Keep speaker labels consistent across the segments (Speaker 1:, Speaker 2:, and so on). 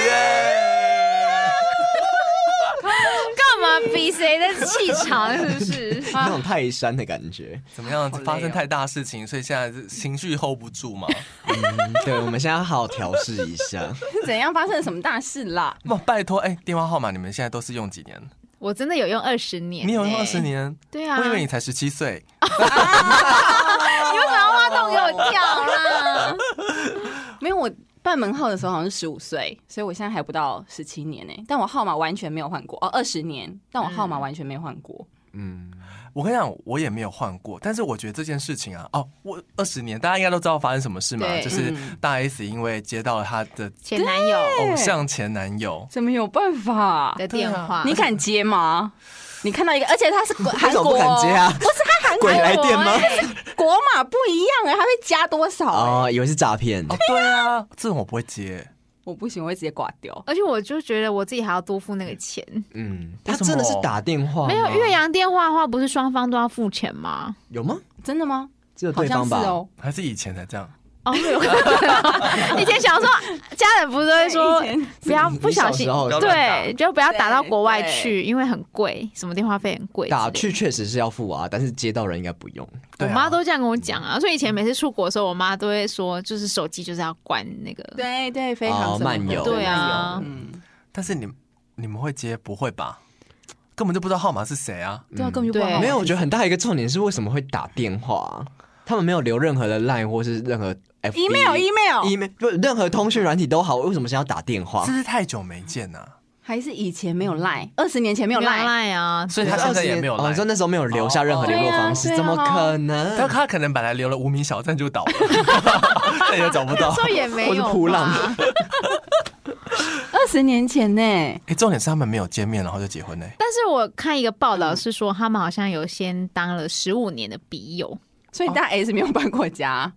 Speaker 1: 耶！
Speaker 2: 干嘛比谁的气场是不是？
Speaker 3: 那种泰山的感觉。
Speaker 1: 怎么样？发生太大事情，所以现在是情绪 hold 不住 嘛？
Speaker 3: 嗯对，我们现在要好好调试一 下。
Speaker 4: 是 怎样发生了什么大事啦？
Speaker 1: 哇，拜托，哎、电话号码你们现在都是用几年？
Speaker 2: 我真的有用二十年，
Speaker 1: 你有用二十？年？
Speaker 2: 对啊
Speaker 1: 我以为你才十七岁。
Speaker 2: 你为什么要挖洞给我跳啊？
Speaker 4: 没有，我办门号的时候好像是十五岁，所以我现在还不到十七年呢、但我号码完全没有换过，哦，二十年，但我号码完全没换过。
Speaker 3: 嗯，
Speaker 1: 我跟你讲，我也没有换过，但是我觉得这件事情啊，哦，我二十年，大家应该都知道发生什么事嘛，
Speaker 2: 对
Speaker 1: 就是
Speaker 4: 嗯
Speaker 1: 大 S 因为接到了她的
Speaker 2: 前男友
Speaker 1: 偶像前男友，
Speaker 4: 怎么有办法？
Speaker 2: 的电话，
Speaker 4: 你敢接吗？你看到一个，而且他是国
Speaker 3: 为
Speaker 4: 韩
Speaker 3: 什么
Speaker 4: 国，
Speaker 3: 不敢接啊？
Speaker 4: 不是他韩国哦
Speaker 3: 鬼来电吗？
Speaker 4: 国码不一样哎、他会加多少、哎
Speaker 3: 哦，以为是诈骗
Speaker 1: 哦，对啊，这种我不会接，
Speaker 4: 我不行，我会直接挂掉。
Speaker 2: 而且我就觉得我自己还要多付那个钱，
Speaker 3: 嗯，他
Speaker 1: 为什么
Speaker 3: 真的是打电话吗？
Speaker 2: 没有岳阳电话的话，不是双方都要付钱吗？
Speaker 3: 有吗？
Speaker 4: 真的吗？
Speaker 3: 只有
Speaker 4: 好
Speaker 3: 对
Speaker 4: 像
Speaker 3: 方
Speaker 4: 是
Speaker 3: 吧？
Speaker 4: 哦。
Speaker 1: 还是以前才这样。
Speaker 2: 哦， 有可能。以前小时候，家人不是都会说
Speaker 4: 以前
Speaker 2: 不要
Speaker 3: 你
Speaker 2: 不小
Speaker 3: 你
Speaker 2: 心
Speaker 3: 小时候，
Speaker 2: 对，就不要打到国外
Speaker 4: 对
Speaker 2: 去，因为很贵，什么电话费很贵之类的。
Speaker 3: 打去确实是要付啊，但是接到人应该不用。
Speaker 1: 对
Speaker 2: 我
Speaker 1: 啊
Speaker 2: 妈都这样跟我讲啊，所以以前每次出国的时候，我妈都会说，就是手机就是要关那个。
Speaker 4: 对对，非
Speaker 3: 哦
Speaker 4: 常
Speaker 3: 漫游
Speaker 2: 对啊
Speaker 4: 嗯，
Speaker 1: 但是你你们会接不会吧？根本就不知道号码是谁啊！
Speaker 4: 对啊，根本就不
Speaker 2: 对
Speaker 4: 好
Speaker 3: 没有，我觉得很大一个重点是为什么会打电话啊、他们没有留任何的 line 或是任何 FB,
Speaker 4: email email
Speaker 3: email 不任何通讯软体都好，为什么先要打电话
Speaker 1: 是不？是太久没见呐、啊？
Speaker 4: 还是以前没有赖，二十年前没有赖，
Speaker 2: 赖啊，
Speaker 1: 所以他现在也没有
Speaker 3: 哦，
Speaker 1: 来
Speaker 3: 你。说那时候没有留下任何联络方式，
Speaker 4: 哦对啊
Speaker 3: 怎么可
Speaker 1: 但
Speaker 3: 能？
Speaker 1: 他可能本来留了无名小站就倒了，再也找不到
Speaker 2: 那时。候也没
Speaker 3: 我是
Speaker 2: 有
Speaker 3: 扑浪
Speaker 2: 吧。
Speaker 4: 二十年前呢？
Speaker 1: 哎、重点是他们没有见面，然后就结婚嘞、
Speaker 2: 但是我看一个报道是说，他们好像有先当了十五年的笔友，
Speaker 4: 所以大 S 没有搬过家，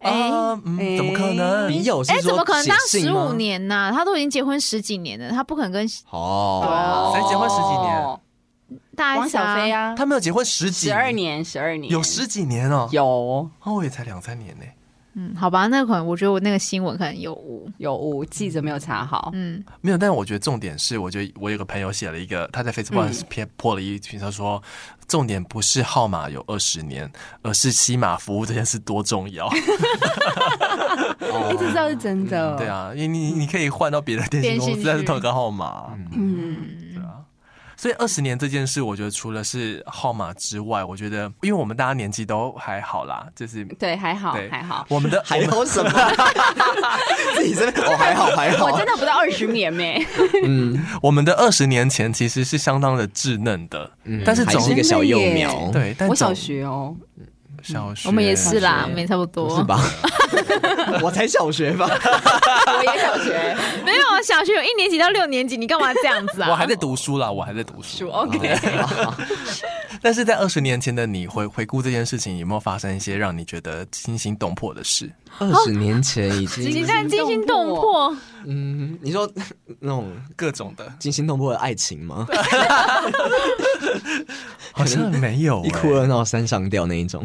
Speaker 2: 哎
Speaker 1: 啊，嗯，怎么可能？
Speaker 3: 你哦有是
Speaker 2: 哎、
Speaker 3: 说
Speaker 2: 怎么可能当
Speaker 3: 写
Speaker 2: 十
Speaker 3: 信吗
Speaker 2: 五？年呢、他都已经结婚十几年了，他不可能跟
Speaker 4: 啊
Speaker 3: 哦，
Speaker 1: 谁结婚十几年
Speaker 4: 哦
Speaker 2: 大 S 啊
Speaker 4: 王小飞，啊，
Speaker 1: 他没有结婚十几
Speaker 4: 十二，年，十二年
Speaker 1: 有十几年哦、
Speaker 4: 有
Speaker 1: 哦，我也才两三年呢、
Speaker 2: 嗯，好吧，那可能我觉得我那个新闻可能有误，
Speaker 4: 有五记者没有查好，
Speaker 2: 嗯，
Speaker 1: 没有，但我觉得重点是，我觉得我有个朋友写了一个，他在
Speaker 4: 嗯
Speaker 1: Facebook 上偏破了一句，他说重点不是号码有二十年，而是西马服务这件事多重要。
Speaker 4: 哎，这知道是真的，
Speaker 1: 对，啊，因为你你可以换到别的电信公司，但是同一个号码。啊
Speaker 4: 嗯，
Speaker 1: 所以二十年这件事，我觉得除了是号码之外，我觉得因为我们大家年纪都还好啦，就是
Speaker 4: 对，还好
Speaker 1: 对
Speaker 4: 还好，
Speaker 1: 我们的
Speaker 3: 还有什么？自己真的哦，还好还好
Speaker 4: 我，真的不到二十年呢，
Speaker 3: 嗯
Speaker 1: 我们的二十年前其实是相当的稚嫩的，
Speaker 3: 嗯，
Speaker 1: 但是
Speaker 3: 还
Speaker 1: 总
Speaker 3: 是一个小幼苗，，
Speaker 1: 对，但
Speaker 4: 我小
Speaker 1: 总
Speaker 4: 学哦，
Speaker 1: 小学
Speaker 2: 我们也是啦，
Speaker 4: 小学
Speaker 2: 我们也差不多，
Speaker 3: 是吧？我才小学吧，
Speaker 4: 我也小学，
Speaker 2: 没有啊，小学有一年级到六年级，你干嘛这样子啊？
Speaker 1: 我还在读书啦，我还在读书
Speaker 4: 数。OK，
Speaker 1: 但是在二十年前的你回回顾这件事情，有没有发生一些让你觉得惊心动魄的事？
Speaker 3: 二十年前已
Speaker 2: 你
Speaker 3: 经，
Speaker 2: 在惊心动魄，
Speaker 3: 嗯，你说 那种
Speaker 1: 各种的，
Speaker 3: 惊心动魄的爱情吗？
Speaker 1: 好像没 有、欸，
Speaker 3: 一哭二闹三上吊那一 种。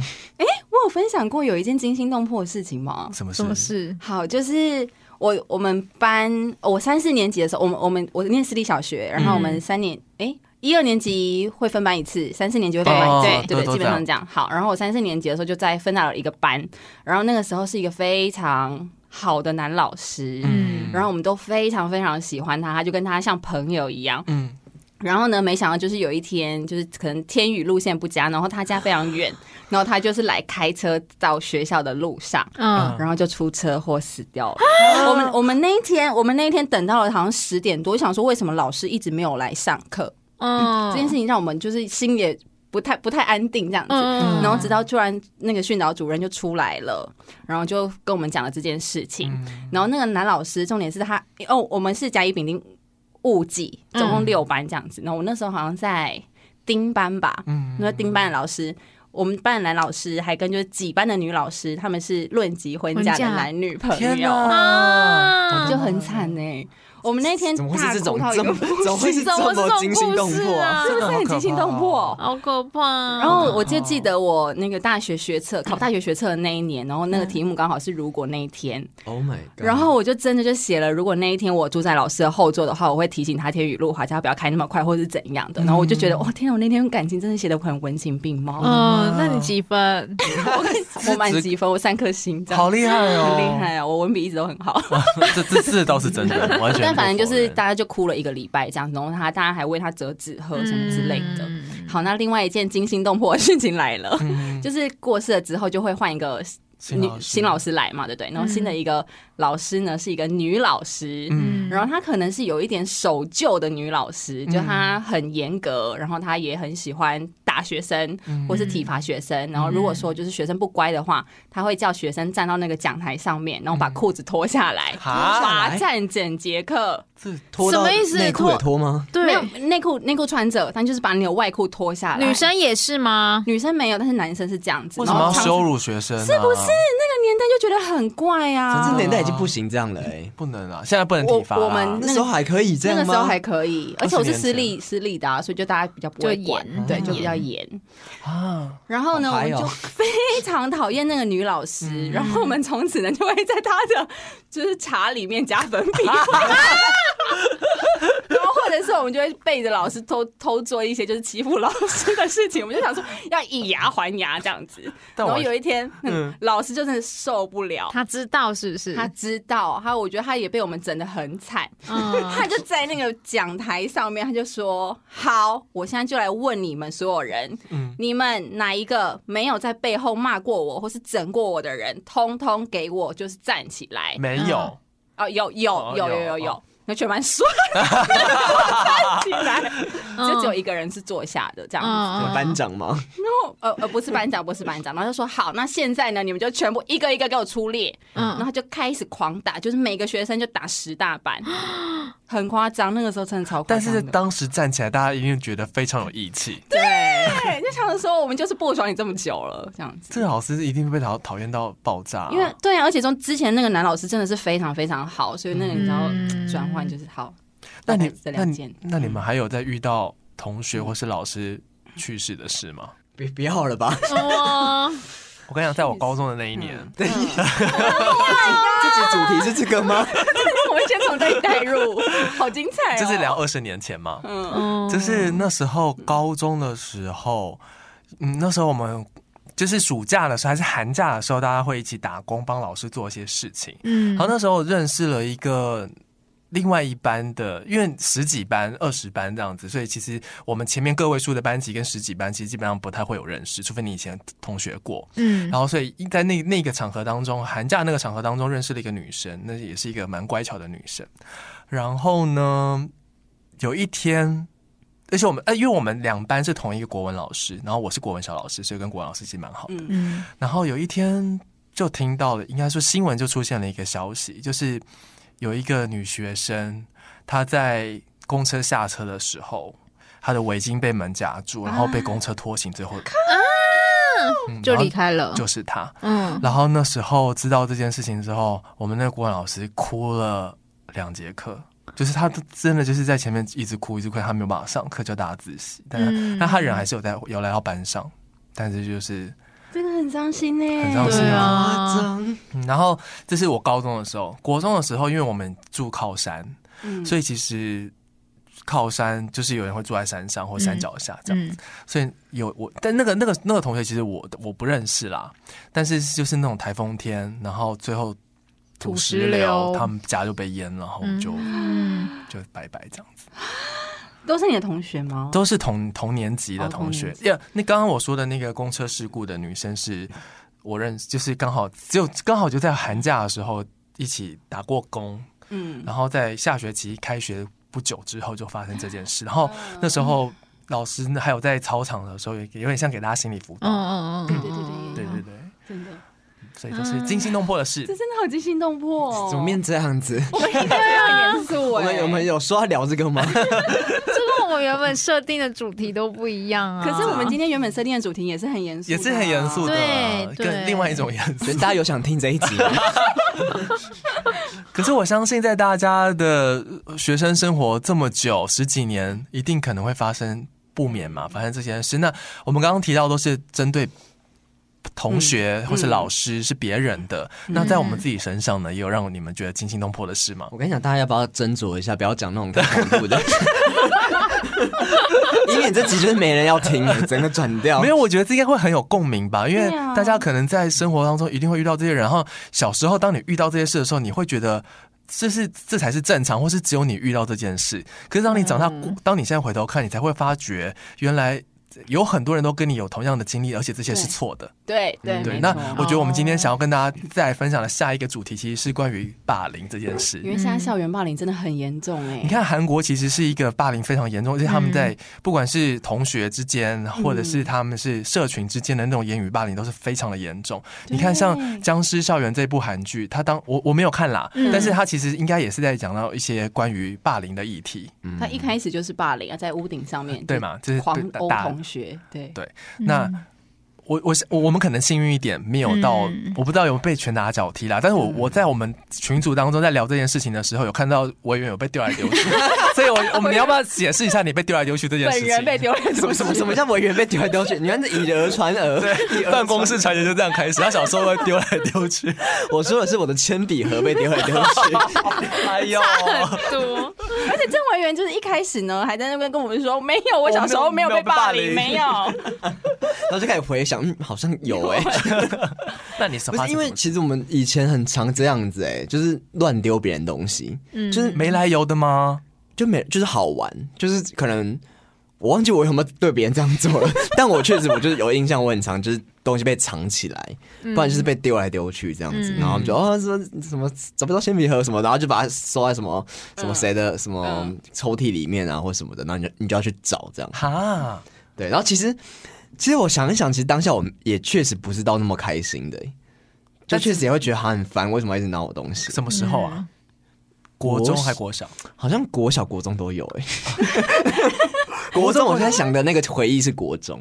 Speaker 4: 我有分享过有一件惊心动魄的事情吗？
Speaker 1: 什么事？
Speaker 2: 什么事？
Speaker 4: 好，就是我我们班，哦我三四年级的时候，我们我们我念私立小学，然后我们三年哎。一二年级会分班一次，三四年级会分班一次，
Speaker 1: 哦
Speaker 4: 对
Speaker 1: 对
Speaker 4: 对
Speaker 1: 都
Speaker 4: 对，基本上这样。好，然后我三四年级的时候就在分到了一个班，然后那个时候是一个非常好的男老师，
Speaker 1: 嗯
Speaker 4: 然后我们都非常非常喜欢他，他就跟他像朋友一样。
Speaker 1: 嗯，
Speaker 4: 然后呢，没想到就是有一天，就是可能天雨路线不佳，然后他家非常 远，然后他就是来开车到学校的路上，
Speaker 2: 嗯，
Speaker 4: 然后就出车祸死掉了。
Speaker 2: 啊
Speaker 4: 我们我们那一天，我们那一天等到了好像十点多，我想说为什么老师一直没有来上课？
Speaker 2: 嗯，
Speaker 4: 这件事情让我们就是心也不太不太安定这样子。
Speaker 2: 嗯，
Speaker 4: 然后直到突然那个训导主任就出来了，然后就
Speaker 3: 嗯
Speaker 4: 跟我们讲了这件事情。然后那个男老师，重点是他哦，我们是甲乙丙丁物计，总共六班这样子。那、我那时候好像在丁班吧，
Speaker 1: 嗯
Speaker 4: 那丁班的老师。我们班的男老师还跟就是几班的女老师，他们是论及婚
Speaker 2: 婚
Speaker 4: 嫁的
Speaker 2: 嫁
Speaker 4: 男女朋
Speaker 1: 天
Speaker 4: 友，
Speaker 2: 啊
Speaker 1: 哪，
Speaker 4: 就很惨呢、我们那天
Speaker 3: 怎么会
Speaker 4: 大
Speaker 3: 是这
Speaker 4: 哭
Speaker 3: 种
Speaker 4: 到一
Speaker 3: 这
Speaker 4: 个
Speaker 3: 么
Speaker 4: 不
Speaker 3: 怎么会是这么惊心动
Speaker 2: 怎么会是这种故
Speaker 3: 魄
Speaker 2: 事啊
Speaker 4: 是不 是很惊心动魄？
Speaker 2: 好可怕哦。
Speaker 4: 然
Speaker 1: 嗯
Speaker 4: 后我就记得我那个大学学测考大学学测的那一年，然后
Speaker 1: 嗯
Speaker 4: 那个题目刚好是如果那一天，
Speaker 3: ？Oh my god！
Speaker 4: 啊然后我就真的就写了，如果那一天我住在老师的后座的话，我会提醒他天雨路滑，叫他不要开那么快，或是怎样的。然后我就
Speaker 1: 嗯
Speaker 4: 觉得，哇，天啊，我那天感情真的写的很文情并茂，
Speaker 2: 嗯，那你几分？
Speaker 4: 我满积分，我三颗星，这样
Speaker 1: 好厉害哦，
Speaker 4: 很厉害啊！我文笔一直都很好，
Speaker 1: 这这这倒是真的， 完全。
Speaker 4: 但反正
Speaker 1: 欸
Speaker 4: 就是大家就哭了一个礼拜这样，然后他大家还为他折纸鹤什么之类的。
Speaker 2: 嗯
Speaker 4: 好，那另外一件惊心动魄的事情来了，
Speaker 1: 嗯
Speaker 4: 就是过世了之后就会换一个女新老师来嘛，对不对？然后新的一个老师呢是一个女老师，
Speaker 1: 嗯
Speaker 4: 然后她可能是有一点守旧的女老师，就她很严格，然后她也很喜欢打学生
Speaker 1: 嗯
Speaker 4: 或是体罚学生。然后如果说就是学生不乖的话，她会叫学生站到那个讲台上面，然后把裤子脱下来，
Speaker 1: 啊
Speaker 4: 罚站整节课。
Speaker 1: 这
Speaker 3: 脱到
Speaker 2: 什么意思
Speaker 3: 内裤也脱吗？
Speaker 4: 没有
Speaker 2: 对，
Speaker 4: 内裤内裤穿着，但就是把你的外裤脱下来。
Speaker 2: 女生也是 吗？
Speaker 4: 女生没有，但是男生是这样子。
Speaker 1: 为什么
Speaker 4: 然
Speaker 1: 要
Speaker 4: 后常
Speaker 1: 羞辱学生？啊是不是？
Speaker 4: 年代就觉得很怪啊，
Speaker 3: 这年代已经不行这样了哎，
Speaker 1: 不能啊，现在不能体
Speaker 4: 我
Speaker 1: 罚。
Speaker 4: 我们
Speaker 3: 那时候还可以这
Speaker 4: 那
Speaker 3: 样
Speaker 4: 个
Speaker 3: 吗？
Speaker 4: 时候还可以，而且我是私立私立的、啊，所以就大家比较不会
Speaker 2: 就
Speaker 4: 管
Speaker 2: 严，
Speaker 4: 对，
Speaker 2: 嗯
Speaker 4: 就比较严。
Speaker 1: 啊，
Speaker 4: 然后呢，
Speaker 3: 好嗨
Speaker 4: 我
Speaker 3: 哦
Speaker 4: 就 非常讨厌那个女老师，然后我们从此呢就会在她的就是茶里面加粉笔。 然后或者是我们就会背着老师偷偷做一些就是欺负老师的事情，我们就想说要以牙还牙这样子。
Speaker 1: 但
Speaker 4: 然
Speaker 1: 我
Speaker 4: 后有一天，嗯
Speaker 1: 嗯
Speaker 4: 老师就真的受不了，
Speaker 2: 她知道是不是？
Speaker 4: 他知道，他我觉得他也被我们整的很惨，
Speaker 2: 嗯，
Speaker 1: 啊
Speaker 4: 他就在那个讲台上面，他就说：“好，我现在就来问你们所有人，
Speaker 1: 嗯
Speaker 4: 你们哪一个没有在背后骂过我或是整过我的人，通通给我就是站起来。
Speaker 1: 没有，
Speaker 4: 哦，有有
Speaker 1: 哦
Speaker 4: 有有
Speaker 1: 有
Speaker 4: 有有
Speaker 1: 哦，
Speaker 4: 那全班说 站起 来，就只有一个人是坐下的这样子。
Speaker 2: 嗯
Speaker 3: 有班长吗？
Speaker 4: 呃呃，不是班长，不是班长，然后就说好，那现在呢，你们就全部一个一个给我出列，
Speaker 2: 嗯
Speaker 4: 然后他就开始狂打，就是每个学生就打十大板，很夸张，那个时候真的超夸
Speaker 1: 但
Speaker 4: 张
Speaker 1: 是
Speaker 4: 的。
Speaker 1: 当时站起来，大家一定觉得非常有义气。
Speaker 4: 对，就想着说我们就是不爽你这么久了，这样
Speaker 1: 这
Speaker 4: 子。
Speaker 1: 个老师一定被讨讨厌到爆炸，
Speaker 4: 因为对啊，而且从之前那个男老师真的是非常非常好，所以那个你知道
Speaker 2: 嗯
Speaker 4: 转换就是好。
Speaker 1: 那
Speaker 4: 大
Speaker 1: 你
Speaker 4: 概是这
Speaker 1: 那
Speaker 4: 两件嗯
Speaker 1: 你，那你们还有在遇到同学或是老师去世的事吗？
Speaker 3: 别不要了 吧，
Speaker 2: 哇，
Speaker 1: 我跟你讲，在我高中的那一年，
Speaker 4: 嗯
Speaker 3: 对，这集主题是这个 吗？
Speaker 4: 我们先从这里带 入，好精彩、哦。
Speaker 1: 就是聊二十年前嘛，
Speaker 4: 嗯
Speaker 2: 嗯
Speaker 1: 就是那时候高中的时候，嗯，那时候我们就是暑假的时候还是寒假的时候，大家会一起打工帮老师做一些事情。
Speaker 2: 嗯
Speaker 1: 然后那时候认识了一个另外一班的，因为十几班、二十班这样子，所以其实我们前面个位数的班级跟十几班其实基本上不太会有认识，除非你以前同学过。
Speaker 2: 嗯
Speaker 1: 然后所以在那那个场合当中，寒假那个场合当中认识了一个女生，那也是一个蛮乖巧的女生。然后呢，有一天。而且我们，呃，因为我们两班是同一个国文老师，然后我是国文小老师，所以跟国文老师其实蛮好的。
Speaker 4: 嗯
Speaker 2: 嗯
Speaker 1: 然后有一天就听到了，应该说新闻就出现了一个消息，就是有一个女学生，她在公车下车的时候，她的围巾被门夹住，然后被公车拖行，最后、嗯
Speaker 2: 啊就离，
Speaker 1: 然
Speaker 2: 开了
Speaker 1: 后，就是她。
Speaker 2: 嗯，
Speaker 1: 然后那时候知道这件事情之后，我们那个国文老师哭了两节课。就是她真的就是在前面一直哭一直哭，她没有办法上课，就大家自习。但她、
Speaker 2: 嗯
Speaker 1: 但她人还是有在有来到班上，但是就是
Speaker 4: 这个很伤心欸呢、
Speaker 1: 很伤心
Speaker 2: 对啊
Speaker 3: 夸张，
Speaker 1: 嗯然后这是我高中的时候，国中的时候，因为我们住靠山，
Speaker 4: 嗯
Speaker 1: 所以其实靠山就是有人会住在山上或山脚下这样，
Speaker 2: 嗯
Speaker 1: 所以有我，但那个那个那个同学其实我我不认识啦，但是就是那种台风天，然后最后
Speaker 2: 土
Speaker 1: 土石
Speaker 2: 石
Speaker 1: 流，
Speaker 2: 流
Speaker 1: 他们家就被淹，然后就、
Speaker 2: 嗯
Speaker 1: 就拜拜这样子，
Speaker 4: 都是你的同学吗？
Speaker 1: 都是同同年级的
Speaker 4: 哦
Speaker 1: 同学
Speaker 4: 同年。
Speaker 1: 呀、那刚刚我说的那个公车事故的女生是。我认识，就是刚好只有刚好就在寒假的时候一起打过工，
Speaker 4: 嗯，
Speaker 1: 然后在下学期开学不久之后就发生这件事，然后那时候老师还有在操场的时候也有点像给大家心理辅
Speaker 2: 嗯
Speaker 1: 导，
Speaker 2: 嗯嗯，
Speaker 4: 对对对
Speaker 1: 对对对，
Speaker 4: 真的。啊
Speaker 1: 所以就是惊心动魄的事
Speaker 4: 这。真的好惊心动魄 哦！
Speaker 3: 怎么变这样子？
Speaker 4: 我们一定要很严肃
Speaker 3: 我
Speaker 4: 哎、
Speaker 3: 们我们有说要聊这个吗？
Speaker 2: 这跟我们原本设定的主题都不一样啊。
Speaker 4: 可是我们今天原本设定的啊主题也是很严肃、
Speaker 1: 也是很严肃。的，啊
Speaker 2: 对对
Speaker 1: 跟另外一种严肃
Speaker 3: 所。以大家有想听这一集吗？
Speaker 1: 可是我相信，在大家的呃学生生活这么久十几年，一定可能会发生不免嘛，发生这件事。那我们刚刚提到都是针对同学或是老师，是别人的。那在我们自己身上呢，也有让你们觉得惊心动魄的事吗？
Speaker 3: 我跟你讲，大家要不要斟酌一下，不要讲那种太恐怖的， 以免这集就是没人要听了，整个转掉。
Speaker 1: 没有，我觉得这应该会很有共鸣吧，因为
Speaker 4: 对啊
Speaker 1: 大家可能在生活当中一定会遇到这些人，然后小时候当你遇到这些事的时候，你会觉得。这是这才是正常，或是只有你遇到这件事。可是当你长大，
Speaker 4: 嗯
Speaker 1: 当你现在回头看，你才会发觉，原来有很多人都跟你有同样的经历，而且这些是
Speaker 4: 对
Speaker 1: 错的。
Speaker 4: 对对
Speaker 1: 嗯对，
Speaker 4: 没
Speaker 1: 那
Speaker 4: 错哦
Speaker 1: 我觉得我们今天想要跟大家再来分享的下一个主题，其实是关于霸凌这件事。
Speaker 4: 因为现在校园霸凌真的很严重哎、
Speaker 1: 你看韩国其实是一个霸凌非常严重，而且
Speaker 4: 嗯
Speaker 1: 他们在不管是同学之间，或者是他们是社群之间的那种言语霸凌，都是非常的严重。
Speaker 4: 对
Speaker 1: 你看像
Speaker 4: 嗯
Speaker 1: 《僵尸校园》这部韩剧，它当我我没有看啦，
Speaker 2: 嗯
Speaker 1: 但是它其实应该也是在讲到一些关于霸凌的议题，
Speaker 4: 他一开始就是霸凌啊，在屋顶上面
Speaker 1: 对？嘛？就是
Speaker 4: 狂
Speaker 1: 被打
Speaker 4: 殴
Speaker 1: 打
Speaker 4: 同学，对
Speaker 1: 对那我我我我们可能幸运一点，没有到、
Speaker 2: 嗯
Speaker 1: 我不知道有没有被拳打脚踢啦。但是我、我在我们群组当中在聊这件事情的时候，有看到我员有被丢来丢去， 所以我我们你要不要解释一下你被丢来丢去这件事
Speaker 4: 本
Speaker 1: 情？
Speaker 4: 人被丢脸，
Speaker 3: 什么什么什么叫委员被丢来丢去？你看这以讹传讹，以讹
Speaker 1: 办公室传言就这样 开始，他小时候会丢来丢去，
Speaker 3: 我说的是我的铅笔盒被丢来丢去，
Speaker 1: 哎呦，
Speaker 2: 多
Speaker 4: 而且郑委员就是一开始呢，还在那边跟我们说，没有，我小时候没有被霸凌，
Speaker 1: 没
Speaker 4: 没有。
Speaker 3: 然后就开始回想，嗯，好像有
Speaker 1: 啊
Speaker 3: 哎、
Speaker 1: 那你是
Speaker 3: 不是因为其实我们以前很常这样子哎、就是乱丢别人东西，
Speaker 2: 嗯
Speaker 3: 就是
Speaker 1: 没来由的吗？
Speaker 3: 就没就是好玩，就是可能我忘记我有没有对别人这样做了，但我确实我就是有印象，我很常就是东西被藏起来，不然就是被丢来丢去这样子，
Speaker 2: 嗯
Speaker 3: 然后我们就哦什么什么找不到铅笔盒什么，然后就把它收在什么什么谁的什么
Speaker 4: 嗯
Speaker 3: 抽屉里面啊或什么的，然后你就你就要去找这样，
Speaker 1: 哈，
Speaker 3: 对，然后其实其实我想一想，其实当下我也确实不是到那么开心的、欸就
Speaker 1: 但是
Speaker 3: 确实也会觉得他很烦，为什么要一直拿我东西？
Speaker 1: 什么时候啊？国中还国小？
Speaker 3: 好像国小、国中都有哎、 国中我现在想的那个回忆是国中，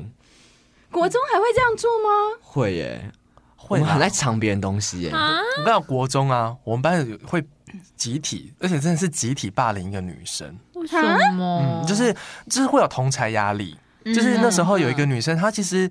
Speaker 4: 国中还会这样做吗？
Speaker 3: 会耶、我
Speaker 1: 会
Speaker 3: 们
Speaker 1: 啦
Speaker 3: 很爱藏别人东西耶、
Speaker 2: 啊，
Speaker 1: 我不知道国中啊，我们班有会集体，而且真的是集体霸凌一个女生，
Speaker 2: 为什么
Speaker 1: 嗯，？就是就是会有同才压力，
Speaker 2: 嗯
Speaker 1: 就是那时候有一个女生，她其实。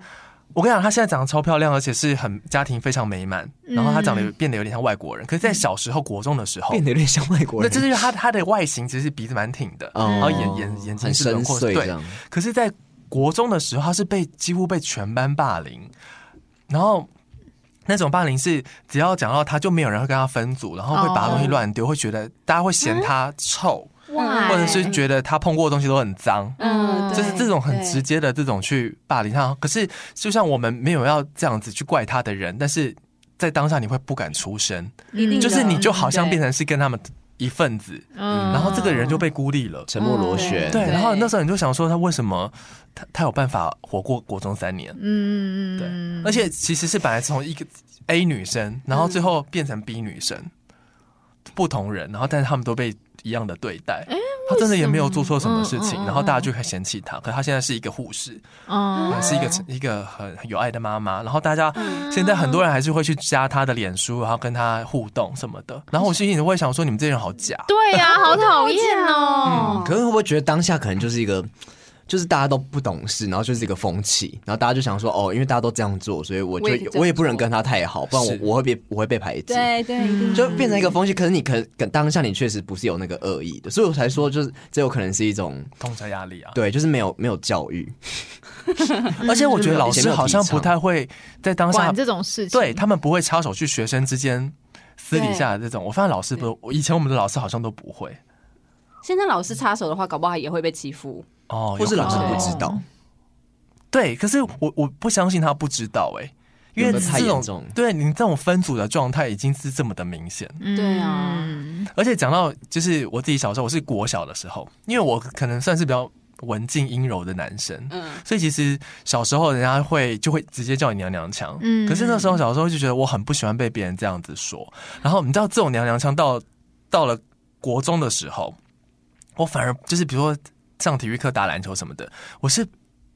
Speaker 1: 我跟你讲，她现在长得超漂亮，而且是很家庭非常美满，然后她长得有变得有点像外国人。可是，在小时候国中的时候，
Speaker 3: 嗯变得有点像外国
Speaker 1: 那
Speaker 3: 人，
Speaker 1: 这就是她她的外形，其实是鼻子蛮挺的，
Speaker 3: 哦
Speaker 1: 然后眼眼眼睛
Speaker 3: 很
Speaker 1: 是
Speaker 3: 深
Speaker 1: 轮廓
Speaker 3: 邃这
Speaker 1: 对。
Speaker 3: 样。
Speaker 1: 可是，在国中的时候，她是被几乎被全班霸凌，然后那种霸凌是只要讲到她，就没有人会跟她分组，然后会把
Speaker 2: 哦
Speaker 1: 东西乱丢，会觉得大家会嫌
Speaker 3: 嗯
Speaker 1: 她臭，
Speaker 4: 哇
Speaker 1: 或者
Speaker 3: 哎
Speaker 1: 是觉得她碰过的东西都很脏。
Speaker 2: 嗯
Speaker 1: 就是这种很
Speaker 4: 对
Speaker 1: 直接的这种去霸凌他。可是就像我们没有要这样子去怪他的人，但是在当下你会不敢出声，
Speaker 4: 一定的
Speaker 1: 嗯就是你就好像
Speaker 4: 对
Speaker 1: 变成是跟他们一份子，
Speaker 2: 嗯
Speaker 1: 然后这个人就被孤立了。
Speaker 3: 沉默螺旋，
Speaker 1: 对，
Speaker 4: 对
Speaker 1: 然后那时候你就想说他为什么他他有办法活过国中三年？
Speaker 2: 嗯
Speaker 1: 对
Speaker 2: 嗯，
Speaker 1: 而且其实是本来从一个 A 女生，然后最后变成 B 女生，不同人，然后但是他们都被一样的对待。她真的也没有做错什么事
Speaker 2: 嗯嗯
Speaker 1: 情，
Speaker 2: 嗯
Speaker 1: 然后大家就很嫌弃她。可她现在是一个护士，
Speaker 2: 嗯
Speaker 1: 呃是一个一个很很有爱的妈妈。然后大家
Speaker 2: 哦
Speaker 1: 现在很多人还是会去加她的脸书，然后跟她互动什么的。然后我心里会想说，你们这些人好假。
Speaker 2: 对呀，好讨厌 哦。
Speaker 1: 嗯
Speaker 3: 可是会不会觉得当下可能就是一个，就是大家都不懂事，然后就是一个风气，然后大家就想说哦，因为大家都这样做，所以我就
Speaker 4: 我也可以这样做
Speaker 3: 我也不能跟他太好，不然我
Speaker 1: 是
Speaker 3: 我会被我会被排挤。
Speaker 4: 对对，一定
Speaker 3: 就变成一个风气，可是你可可当下你确实不是有那个恶意的，所以我才说就是这有可能是一种
Speaker 1: 通常压力啊，
Speaker 3: 对，就是没有没有教育，
Speaker 1: 而且我觉得老
Speaker 3: 以前没
Speaker 1: 师
Speaker 3: 有
Speaker 1: 好像
Speaker 3: 提倡
Speaker 1: 不太会在当下
Speaker 2: 管这种事情，
Speaker 1: 对他们不会插手去学生之间私底下的这种，我发现老师不，我以前我们的老师好像都不会
Speaker 4: 现在老师插手的话，搞不好也会被欺负。
Speaker 1: 哦，
Speaker 3: 或是
Speaker 1: 有可
Speaker 3: 老
Speaker 1: 能
Speaker 3: 师
Speaker 2: 哦
Speaker 3: 不知道，
Speaker 1: 对，可是我我不相信他不知道哎、因为
Speaker 3: 有的太
Speaker 1: 这
Speaker 3: 严
Speaker 1: 种
Speaker 3: 重
Speaker 1: 对你这种分组的状态已经是这么的明显，
Speaker 2: 嗯
Speaker 4: 对啊
Speaker 3: 嗯
Speaker 1: 而且讲到就是我自己小时候，我是国小的时候，因为我可能算是比较文静阴柔的男生，
Speaker 4: 嗯，
Speaker 1: 所以其实小时候人家会就会直接叫你娘娘腔，
Speaker 2: 嗯
Speaker 1: 可是那时候小时候就觉得我很不喜欢被别人这样子说，然后你知道这种娘娘腔到到了国中的时候，我反而就是比如说上体育课打篮球什么的，我是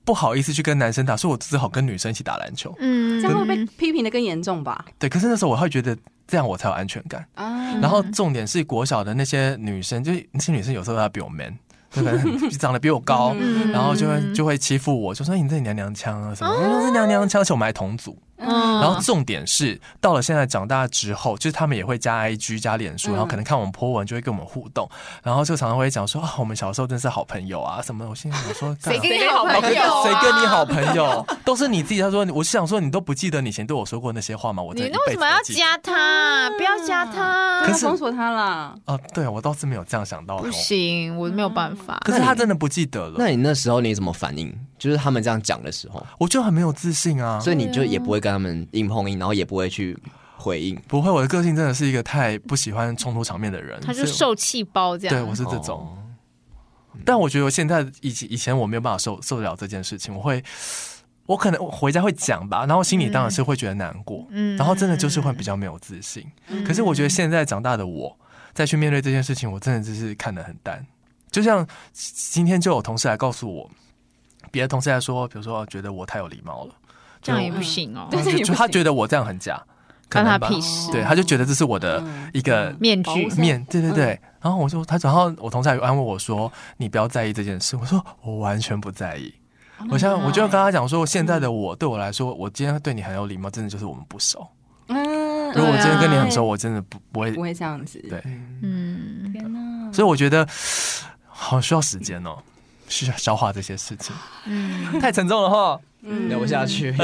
Speaker 1: 不好意思去跟男生打，所以我只好跟女生一起打篮球。
Speaker 2: 嗯，
Speaker 4: 这样会被批评的更严重吧？
Speaker 1: 对，可是那时候我会觉得这样我才有安全感。
Speaker 2: 嗯
Speaker 4: 啊，
Speaker 1: 然后重点是国小的那些女生，就是那些女生有时候她比我 man，就可能长得比我高，
Speaker 2: 嗯
Speaker 1: 然后就会就会欺负我，就说哎你这娘娘腔啊什么，哎这娘娘腔，而且我们还同组。
Speaker 2: 嗯
Speaker 1: 然后重点是到了现在长大之后，就是他们也会加 IG 加脸书，
Speaker 4: 嗯
Speaker 1: 然后可能看我们 po 文就会跟我们互动，然后就常常会讲说啊我们小时候真是好朋友啊什么的。我心里想说干
Speaker 2: 谁
Speaker 1: 嘛
Speaker 2: 跟你好朋友、啊？
Speaker 1: 谁跟你好？朋友？都是你自己。他说，我是想说，你都不记得你以前对我说过那些话吗？我真
Speaker 2: 你
Speaker 1: 的
Speaker 2: 为
Speaker 1: 一辈
Speaker 2: 什
Speaker 1: 子
Speaker 2: 么要
Speaker 1: 都记得
Speaker 2: 加他？不要加
Speaker 4: 那
Speaker 2: 他
Speaker 1: 可
Speaker 4: 要，
Speaker 1: 是
Speaker 4: 封锁他啦。
Speaker 1: 啊？对，我倒是没有这样想到。哦
Speaker 2: 不行，我没有办法。
Speaker 1: 可是他真的不记得
Speaker 3: 那
Speaker 1: 了，
Speaker 3: 你那时候你怎么反应？就是他们这样讲的时候，
Speaker 1: 我就很没有自信啊。
Speaker 3: 所以你就也不会跟他们硬碰硬，然后也不会去回应。
Speaker 1: 不会，我的个性真的是一个太不喜欢冲突场面的人。
Speaker 2: 他就
Speaker 1: 所以
Speaker 2: 受气包这样。
Speaker 1: 对我是这种，
Speaker 3: 哦
Speaker 1: 但我觉得我现在以前以前我没有办法受受得了这件事情，我会。我可能我回家会讲吧，然后心里当然是会觉得难过，
Speaker 2: 嗯
Speaker 1: 然后真的就是会比较没有自信。
Speaker 2: 嗯
Speaker 1: 可是我觉得现在长大的我，再去面对这件事情，我真的只是看得很淡。就像今天就有同事来告诉我，别的同事来说，比如说觉得我太有礼貌了，
Speaker 2: 这样也不行哦，
Speaker 4: 对这
Speaker 1: 就
Speaker 4: 也
Speaker 1: 就
Speaker 4: 不
Speaker 1: 他
Speaker 4: 行
Speaker 1: 觉得我这样很假，嗯可
Speaker 2: 关
Speaker 1: 能
Speaker 2: 他
Speaker 1: 吧
Speaker 2: 屁事。
Speaker 1: 对，他就觉得这是我的一个
Speaker 2: 面
Speaker 4: 保护
Speaker 2: 具
Speaker 4: 色
Speaker 1: 面对对对。然后我就他，然后我同事还安慰我说：“你不要在意这件事。”我说：“ 我完全不在意。”我
Speaker 4: 嗯
Speaker 1: 现在我就跟他讲说，现在的我对我来说，我今天对你很有礼貌，真的就是我们不熟。
Speaker 4: 嗯，
Speaker 1: 如果我今天跟你很熟，
Speaker 4: 对，
Speaker 1: 我真的不不会
Speaker 4: 不。会这样子。
Speaker 1: 对
Speaker 2: 嗯，
Speaker 4: 天哪，
Speaker 1: 所以我觉得好需要时间哦，需要消化这些事 情。嗯，太沉重了哈。
Speaker 3: 聊不下 去，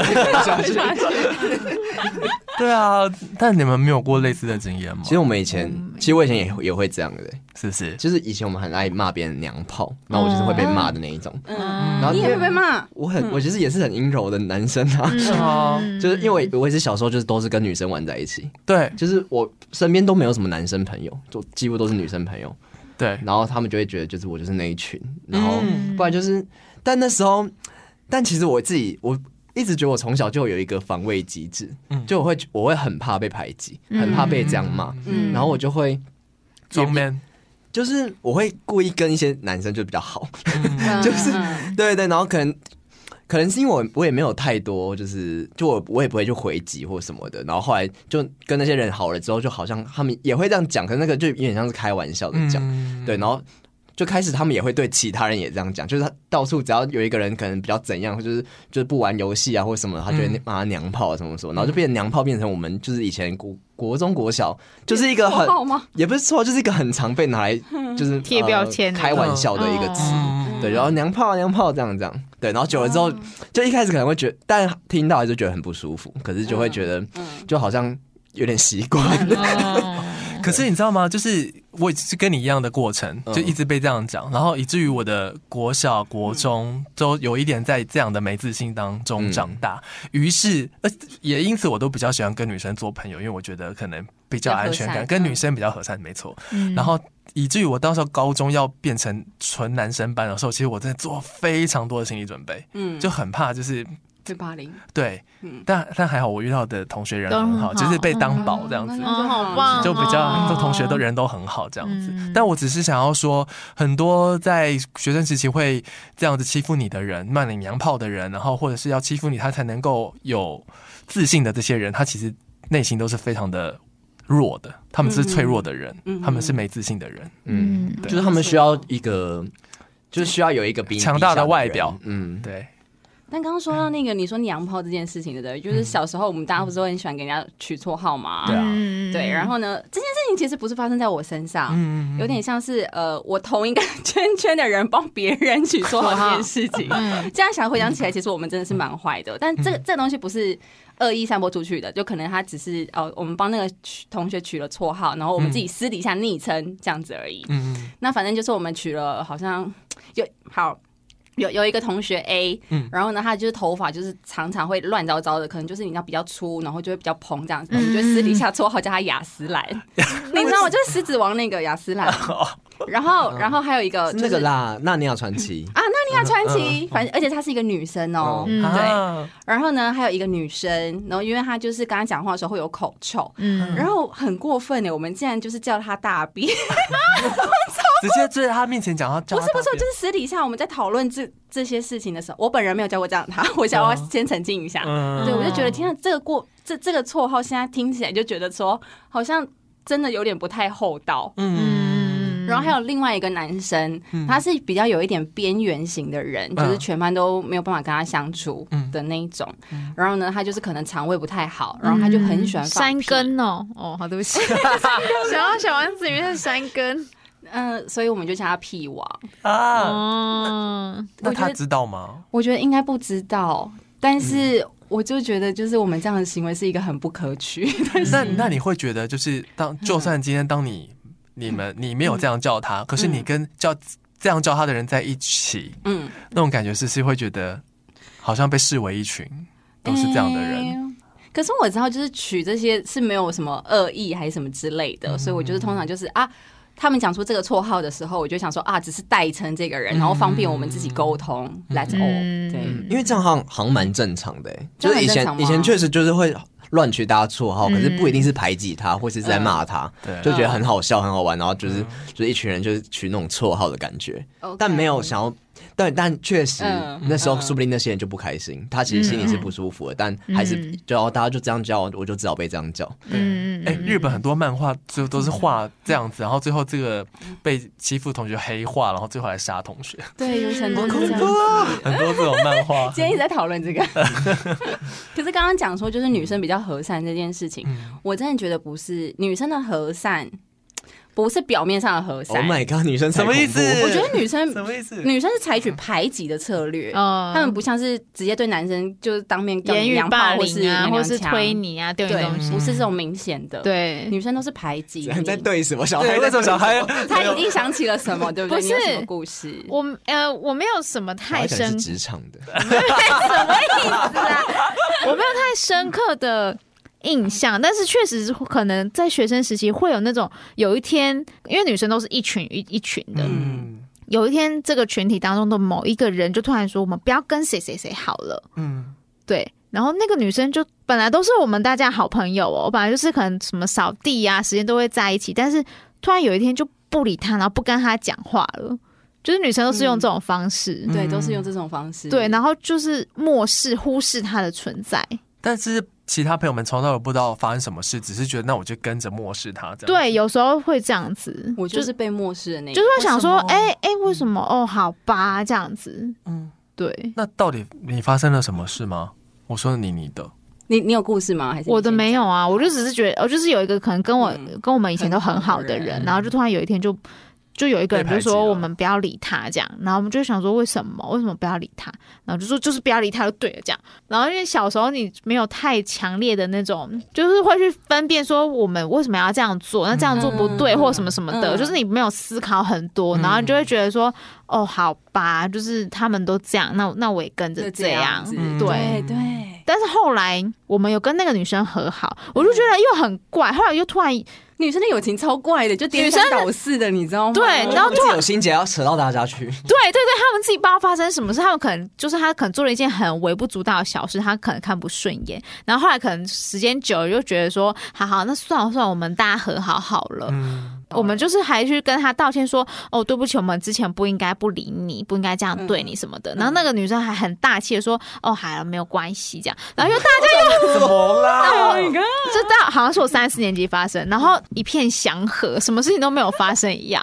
Speaker 1: 对啊，但你们没有过类似的经验吗
Speaker 3: 其？实我们以前，其实我以前也也会这样的、欸
Speaker 1: 是不是？
Speaker 3: 就是以前我们很爱骂别人娘炮，然后我就是会被骂的那一种。
Speaker 4: 嗯，
Speaker 3: 然后
Speaker 4: 你也会被骂。
Speaker 3: 我很，我其实也是很阴柔的男生啊，
Speaker 1: 是哦吗？
Speaker 2: 嗯
Speaker 3: 就是因为我我也是小时候就是都是跟女生玩在一起，
Speaker 1: 对
Speaker 3: 就是我身边都没有什么男生朋友，就几乎都是女生朋友，
Speaker 1: 对，
Speaker 3: 然后他们就会觉得就是我就是那一群，然后不然就是，但那时候，但其实我自己我。一直觉得我从小就有一个防卫机制，就我会我会很怕被排挤，很怕被这样骂，
Speaker 4: 嗯
Speaker 3: 然后我就会
Speaker 1: 装 man
Speaker 3: 就是我会故意跟一些男生就比较好， 就是
Speaker 4: 嗯
Speaker 3: 对对，然后可能可能是因为我我也没有太多，就是就我我也不会去回击或什么的，然后后来就跟那些人好了之后，就好像他们也会这样讲，可是那个就有点像是开玩笑的讲，
Speaker 1: 嗯
Speaker 3: 对，然后。就开始他们也会对其他人也这样讲，就是他到处只要有一个人可能比较怎样，或就是就是不玩游戏啊或什么，他就会
Speaker 1: 嗯
Speaker 3: 骂他娘炮啊什么什么，然后就变成娘炮，变成我们就是以前国国中国小就是一个
Speaker 4: 绰
Speaker 3: 很
Speaker 4: 号吗？
Speaker 3: 也不是错，就是一个很常被拿 来就是
Speaker 2: 贴
Speaker 3: 呃
Speaker 2: 标签的
Speaker 3: 开玩笑的一个词。
Speaker 1: 嗯
Speaker 3: 对，然后娘炮啊娘炮这样这样，对，然后久了之后，
Speaker 2: 嗯
Speaker 3: 就一开始可能会觉得，但听到还是觉得很不舒服，可是就
Speaker 2: 嗯
Speaker 3: 会觉得，就好像有点习 惯。
Speaker 1: 可是你知道吗？就是我也是跟你一样的过程，
Speaker 3: 嗯
Speaker 1: 就一直被这样讲，然后以至于我的国小、
Speaker 4: 嗯
Speaker 1: 国中都有一点在这样的没自信当中长大。
Speaker 4: 嗯
Speaker 1: 于是，呃，也因此我都比较喜欢跟女生做朋友，因为我觉得可能比较安全
Speaker 4: 比较
Speaker 1: 感，
Speaker 4: 和善
Speaker 1: 跟女生比较和善，没错。
Speaker 2: 嗯
Speaker 1: 然后以至于我到时候高中要变成纯男生班的时候，其实我真的做非常多的心理准备，
Speaker 4: 嗯，
Speaker 1: 就很怕就是
Speaker 4: 被霸凌。
Speaker 1: 对
Speaker 4: 嗯，
Speaker 1: 但但还好我遇到的同学人
Speaker 2: 都
Speaker 1: 很
Speaker 2: 很
Speaker 1: 好，
Speaker 2: 好
Speaker 1: 就是被当宝这样子
Speaker 4: 嗯。
Speaker 2: 嗯，好棒哦，
Speaker 1: 就比较都同学都人都很好这样子。
Speaker 4: 嗯
Speaker 1: 但我只是想要说，很多在学生时期会这样子欺负你的人，骂你娘炮的人，然后或者是要欺负你他才能够有自信的这些人，他其实内心都是非常的弱的，他们是脆弱的人，
Speaker 4: 嗯嗯
Speaker 1: 他们是没自信的人。
Speaker 3: 嗯，
Speaker 2: 嗯，
Speaker 3: 就是他们需要一个，就是需要有一个比你
Speaker 1: 强大的
Speaker 3: 低下
Speaker 1: 外
Speaker 3: 人
Speaker 1: 表
Speaker 3: 嗯，
Speaker 1: 对，
Speaker 4: 但刚刚说到那个，你说娘炮这件事情，对不对？就是小时候我们大家不是都很喜欢给人家取绰号嘛？
Speaker 1: 对啊
Speaker 2: 嗯
Speaker 4: 对，然后呢，这件事情其实不是发生在我身上，
Speaker 1: 嗯，
Speaker 4: 有点像是呃，我同一个 圈圈的人帮别人取绰号这件事情。
Speaker 2: 嗯
Speaker 4: 这样想回想起来，其实我们真的是蛮坏的。但这个这个东西不是恶意散播出去的，就可能他只是呃，我们帮那个取同学取了绰号，然后我
Speaker 2: 嗯
Speaker 4: 们自己私底下昵称这样子而已。
Speaker 1: 嗯嗯
Speaker 4: 那反正就是我们取了，好像有好。有有一个同学 A，、
Speaker 1: 嗯
Speaker 4: 然后呢，他就是头发就是常常会乱糟糟的，可能就是你知道比较粗，然后就会比较蓬这样子。我们就私底下绰号叫他雅思 兰，你知道吗？就是狮 哦子王那个雅思兰。然后，然后还有一个、
Speaker 3: 是
Speaker 4: 就是、
Speaker 3: 呃那个啦，《纳尼亚传奇》
Speaker 4: 啊，纳尼啊，川崎，反正而且她是一个女生哦，
Speaker 2: 嗯
Speaker 4: 对。
Speaker 1: 啊
Speaker 4: 然后呢，还有一个女生，然后因为她就是跟她讲话的时候会有口臭，
Speaker 2: 嗯，
Speaker 4: 然后很过分欸呢，我们竟然就是叫她大 B，
Speaker 1: 直接追在他面前讲他，
Speaker 4: 不
Speaker 1: 不
Speaker 4: 是不是，就是私底下我们在讨论这这些事情的时候，我本人没有叫过这样她， 我想要
Speaker 1: 嗯
Speaker 4: 先澄清一下，
Speaker 1: 嗯
Speaker 4: 对，我就觉得天啊，这个过这这个绰号现在听起来就觉得说好像真的有点不太厚道。
Speaker 1: 嗯
Speaker 4: 然后还有另外一个男生，他是比较有一点边缘型的人，
Speaker 1: 嗯
Speaker 4: 就是全班都没有办法跟他相处的那一种。
Speaker 1: 嗯
Speaker 4: 然后呢，他就是可能肠胃不太好，然后他就很喜欢放
Speaker 2: 山
Speaker 1: 嗯
Speaker 4: 屁。
Speaker 2: 根哦，哦，好，对不 起，想要小丸子里面的山根，
Speaker 4: 嗯、所以我们就叫他屁王。嗯
Speaker 1: 啊，
Speaker 2: 哦，
Speaker 1: 那
Speaker 4: 我
Speaker 1: 他
Speaker 4: 觉得
Speaker 1: 知道吗？
Speaker 4: 我觉得应该不知道，但
Speaker 1: 嗯
Speaker 4: 是我就觉得，就是我们这样的行为是一个很不可取。
Speaker 1: 那那你会觉得，就是当就算今天当你你们你没有这样叫他，可是你跟叫这样叫他的人在一起，
Speaker 4: 嗯，
Speaker 1: 那种感觉是是会觉得好像被视为一群都是这样的人。
Speaker 4: 嗯可是我知道，就是取这些是没有什么恶意还是什么之类
Speaker 1: 嗯
Speaker 4: 的，所以我就是通常就是啊，他们讲出这个绰号的时候，我就想说啊，只是代称这个人，然后方便我们自己沟通。Let's all，
Speaker 2: 嗯
Speaker 4: 对，
Speaker 3: 因为这样好像好像蛮正常嗯的、欸，
Speaker 4: 这
Speaker 3: 就
Speaker 4: 样
Speaker 3: 是以
Speaker 4: 很正常
Speaker 3: 前
Speaker 4: 吗
Speaker 3: 以前确实就是会乱取大家绰号，可是不一定是排挤他或是在骂他，
Speaker 1: 对
Speaker 3: 就觉得很好笑很好玩，然后就是、就是一群人就是取那种绰号的感觉，
Speaker 4: OK
Speaker 3: 但没有想要，但但确实、
Speaker 4: 嗯
Speaker 3: 那时候说不定那些人就不开心，他其实心里是不舒服的，但还是
Speaker 2: 嗯
Speaker 3: 就哦要大家就这样叫，我就只好被这样叫，
Speaker 2: 嗯
Speaker 1: 哎、日本很多漫画就都是画这样子，然后最后这个被欺负同学黑化，然后最后来杀同学，
Speaker 4: 对，有很多
Speaker 1: 嗯
Speaker 2: 好
Speaker 4: 是这样
Speaker 2: 恐怖
Speaker 4: 子。
Speaker 1: 很多这种漫 画。
Speaker 4: 今天一直在讨论这个，可是刚刚讲说就是女生比较和善这件事情，
Speaker 1: 嗯
Speaker 4: 我真的觉得不是女生的和善，不是表面上的和
Speaker 3: Oh
Speaker 4: 善。
Speaker 3: my god！女生才
Speaker 1: 什么意思
Speaker 3: 恐怖
Speaker 4: 我觉得女生
Speaker 1: 什么哦意思？
Speaker 4: 女生是采取排挤的策略，
Speaker 2: 嗯
Speaker 4: 他们不像是直接对男生就是当面
Speaker 2: 言语
Speaker 4: 两
Speaker 2: 霸
Speaker 4: 炮或
Speaker 2: 凌啊，
Speaker 4: 娘娘
Speaker 2: 或是
Speaker 4: 腔
Speaker 2: 推，你啊，丢你
Speaker 4: 对
Speaker 2: 东西，，
Speaker 4: 不是这种明显的，，
Speaker 2: 对，
Speaker 4: 女生都是排挤
Speaker 3: 你
Speaker 4: 你。
Speaker 3: 在对什么小
Speaker 1: 对，
Speaker 3: 孩？
Speaker 1: 为什么小孩？
Speaker 4: 他一定想起了什 么，对不对？
Speaker 2: 不
Speaker 4: 你
Speaker 2: 是
Speaker 4: 有什么故事？
Speaker 2: 我呃，我没有什么
Speaker 3: 小
Speaker 2: 太
Speaker 3: 孩可能
Speaker 2: 深
Speaker 3: 是职场的，
Speaker 2: 我没有太深刻的印象，但是确实是可能在学生时期会有那种有一天，因为女生都是一群一一群的，
Speaker 1: 嗯
Speaker 2: 有一天这个群体当中的某一个人就突然说我们不要跟谁谁谁好了，
Speaker 1: 嗯
Speaker 2: 对。然后那个女生就本来都是我们大家好朋友哦，本来就是可能什么扫地呀、时间都会在一起，但是突然有一天就不理她，然后不跟她讲话了，就是女生都是用这种方式，
Speaker 1: 嗯
Speaker 4: 对，嗯都是用这种方式。
Speaker 2: 对，然后就是漠视、忽视她的存在，
Speaker 1: 但是其他朋友们从头到尾不知道发生什么事，只是觉得那我就跟着漠视他这样。
Speaker 2: 对，有时候会这样子，
Speaker 4: 我
Speaker 2: 就
Speaker 4: 就是被漠视的那一
Speaker 2: 就
Speaker 4: 个
Speaker 2: 是。会想说
Speaker 1: 为，什么
Speaker 2: 哎哎、为什么？哦，好吧，这样子，
Speaker 1: 嗯，
Speaker 2: 对，
Speaker 1: 那到底你发生了什么事吗？我说你你的，
Speaker 4: 你你有故事吗？还是你
Speaker 2: 我的
Speaker 4: 先
Speaker 2: 没
Speaker 4: 讲
Speaker 2: 有？啊，我就只是觉得，我就是有一个可能跟我、
Speaker 4: 嗯
Speaker 2: 跟我们以前都很好的
Speaker 4: 很好
Speaker 2: 人
Speaker 4: 的，人
Speaker 2: 然后就突然有一天就就有一个人就
Speaker 1: 被排挤
Speaker 2: 说
Speaker 1: 了
Speaker 2: 我们不要理他这样，然后我们就想说为什么为什么不要理他，然后就说就是不要理他就对了这样，然后因为小时候你没有太强烈的那种，就是会去分辨说我们为什么要这样做，那这样做不对
Speaker 4: 嗯
Speaker 2: 或什么什么的，
Speaker 4: 嗯
Speaker 2: 就是你没有思考很多，
Speaker 1: 嗯
Speaker 2: 然后你就会觉得说哦好吧，就是他们都这样，那那我也跟
Speaker 4: 就
Speaker 2: 着
Speaker 4: 这
Speaker 2: 这
Speaker 4: 样
Speaker 2: 样
Speaker 4: 子，，
Speaker 1: 嗯
Speaker 4: 对
Speaker 2: 对
Speaker 4: 对，
Speaker 2: 但是后来我们有跟那个女生和好，我就觉得又很怪。
Speaker 1: 嗯
Speaker 2: 后来又突然
Speaker 4: 女生的友情超怪的，就颠三倒四的，你知道吗？
Speaker 2: 对，然后
Speaker 3: 自
Speaker 2: 突
Speaker 3: 己
Speaker 2: 然
Speaker 3: 有心结要扯到大家去。
Speaker 2: 对对对，他们自己不知道发生什么事，他们可能就是他可能做了一件很微不足道的小事，他可能看不顺眼，然后后来可能时间久了就觉得说，好好那算了算了，我们大家和好好了。
Speaker 1: 嗯，
Speaker 2: 我们就是还去跟他道歉说，哦，对不起，我们之前不应该不理你，不应该这样对你什么
Speaker 1: 嗯
Speaker 2: 的。然后那个女生还很大气的说，哦，好了，没有关系这样。
Speaker 1: 嗯
Speaker 2: 然后就大
Speaker 1: 怎么啦？
Speaker 2: 这到好像是我三四年级发生，然后一片祥和，什么事情都没有发生一样。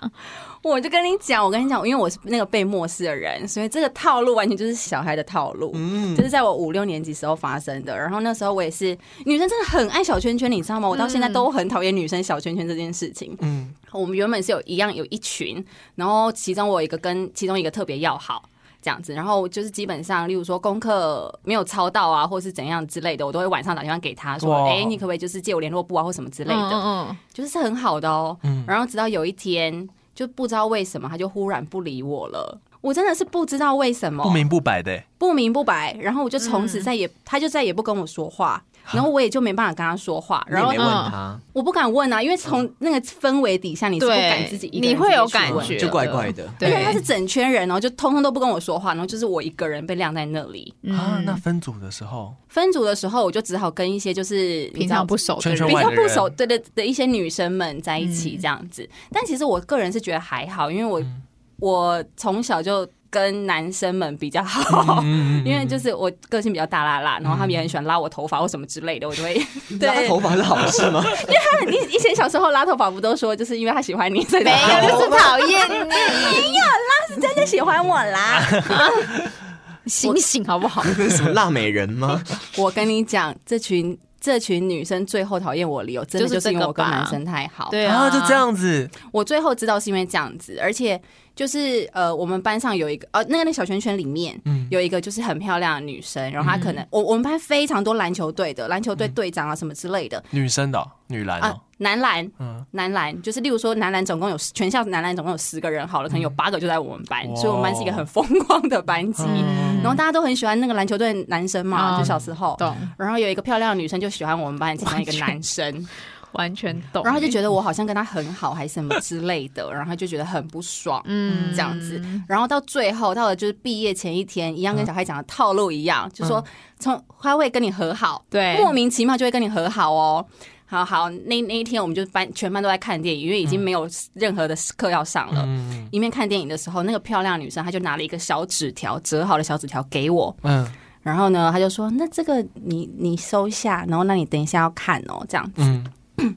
Speaker 4: 我就跟你讲，我跟你讲，因为我是那个被漠视的人，所以这个套路完全就是小孩的套路，嗯，就是在我五六年级时候发生的。然后那时候我也是女生，真的很爱小圈圈，你知道吗？我到现在都很讨厌女生小圈圈这件事情。
Speaker 1: 嗯，
Speaker 4: 我们原本是有一样有一群，然后其中我有一个跟其中一个特别要好。这样子，然后就是基本上，例如说功课没有抄到啊，或是怎样之类的，我都会晚上打电话给他说：“
Speaker 1: 哇
Speaker 4: 哎、你可不可以就是借我联络簿啊，或什么之类的？”
Speaker 2: 嗯
Speaker 4: 就是是很好的哦。
Speaker 1: 嗯
Speaker 4: 然后直到有一天，就不知道为什么，他就忽然不理我了。我真的是不知道为什么，
Speaker 1: 不明不白的欸、
Speaker 2: 嗯
Speaker 4: 不明不白。然后我就从此再也，他就再也不跟我说话。然后我也就没办法跟他说话，
Speaker 3: 你也
Speaker 4: 然后
Speaker 3: 没问他，
Speaker 4: 我不敢问啊，因为从那个氛围底下，你是不敢自己一个人
Speaker 2: 你会有感
Speaker 4: 自己去问
Speaker 2: 觉
Speaker 3: 就怪怪的。
Speaker 4: 而
Speaker 2: 对
Speaker 4: 且他是整圈人哦，然后就通通都不跟我说话，然后就是我一个人被晾在那里。
Speaker 1: 啊，
Speaker 2: 嗯，
Speaker 1: 那分组的时候，
Speaker 4: 分组的时候，我就只好跟一些就是
Speaker 2: 平常不
Speaker 4: 熟
Speaker 2: 熟的
Speaker 1: 圈圈
Speaker 4: 比
Speaker 1: 外
Speaker 2: 人，
Speaker 4: 较
Speaker 1: 的人
Speaker 4: 不熟对的的一些女生们在一起这样子。但其实我个人是觉得还好，因为我、
Speaker 1: 嗯
Speaker 4: 我从小就跟男生们比较好。
Speaker 1: 嗯
Speaker 4: 因为就是我个性比较大啦啦，然后他们也很喜欢拉我头发或什么之类的，我就 会
Speaker 3: 拉
Speaker 4: 对。
Speaker 3: 头发是好事吗？
Speaker 4: 你以前小时候拉头发不都说，就是因为他喜欢你，所以
Speaker 2: 没有，就是讨厌你，
Speaker 4: 真的喜欢我啦。
Speaker 2: 醒醒好不好？
Speaker 3: 那是什么辣美人吗？
Speaker 4: 我跟你讲，这群这群女生最后讨厌我的理由，真的
Speaker 2: 就是
Speaker 4: 就是因为
Speaker 2: 这个
Speaker 4: 我跟
Speaker 2: 吧
Speaker 4: 男生太好。
Speaker 2: 对
Speaker 1: 啊，
Speaker 2: 啊，
Speaker 1: 就这。样子，
Speaker 4: 我最后知道是因为这样子，而且就是呃，我们班上有一个呃，那个那小圈圈里面。
Speaker 1: 嗯，
Speaker 4: 有一个就是很漂亮的女生，然后她可
Speaker 2: 嗯
Speaker 4: 能、我我们班非常多篮球队的篮球队队长啊什么之类的、
Speaker 1: 女生的哦女篮
Speaker 4: 啊
Speaker 1: 哦，，
Speaker 4: 男篮
Speaker 1: 嗯，
Speaker 4: 男篮就是例如说男篮总共有全校男篮总共有十个人好了，可能有
Speaker 2: 嗯
Speaker 4: 八个就在我们班，
Speaker 1: 哇
Speaker 4: 所以我们班是一个很疯狂的班级，
Speaker 1: 嗯
Speaker 4: 然后大家都很喜欢那个篮球队的男生嘛，
Speaker 2: 嗯
Speaker 4: 就小时候，
Speaker 2: 懂，
Speaker 4: 然后有一个漂亮的女生就喜欢我们班其中一个男生，
Speaker 2: 完全懂。
Speaker 4: 然后就觉得我好像跟他很好，还是什么之类的，然后就觉得很不爽，嗯，
Speaker 2: 嗯
Speaker 4: 这样子。然后到最后，到了就是毕业前一天，一样
Speaker 1: 嗯
Speaker 4: 跟小孩讲的套路一样，就说从他会跟你和好，
Speaker 2: 对
Speaker 4: 莫名其妙就会跟你和好哦。好好，那那一天我们就班全班都在看电影，因为已经没有任何的课要上了。
Speaker 1: 嗯
Speaker 4: 一面看电影的时候，那个漂亮女生她就拿了一个小纸条，折好的小纸条给我，
Speaker 1: 嗯
Speaker 4: 然后呢，她就说：“那这个你你收下，然后那你等一下要看哦，这样子。”
Speaker 1: 嗯，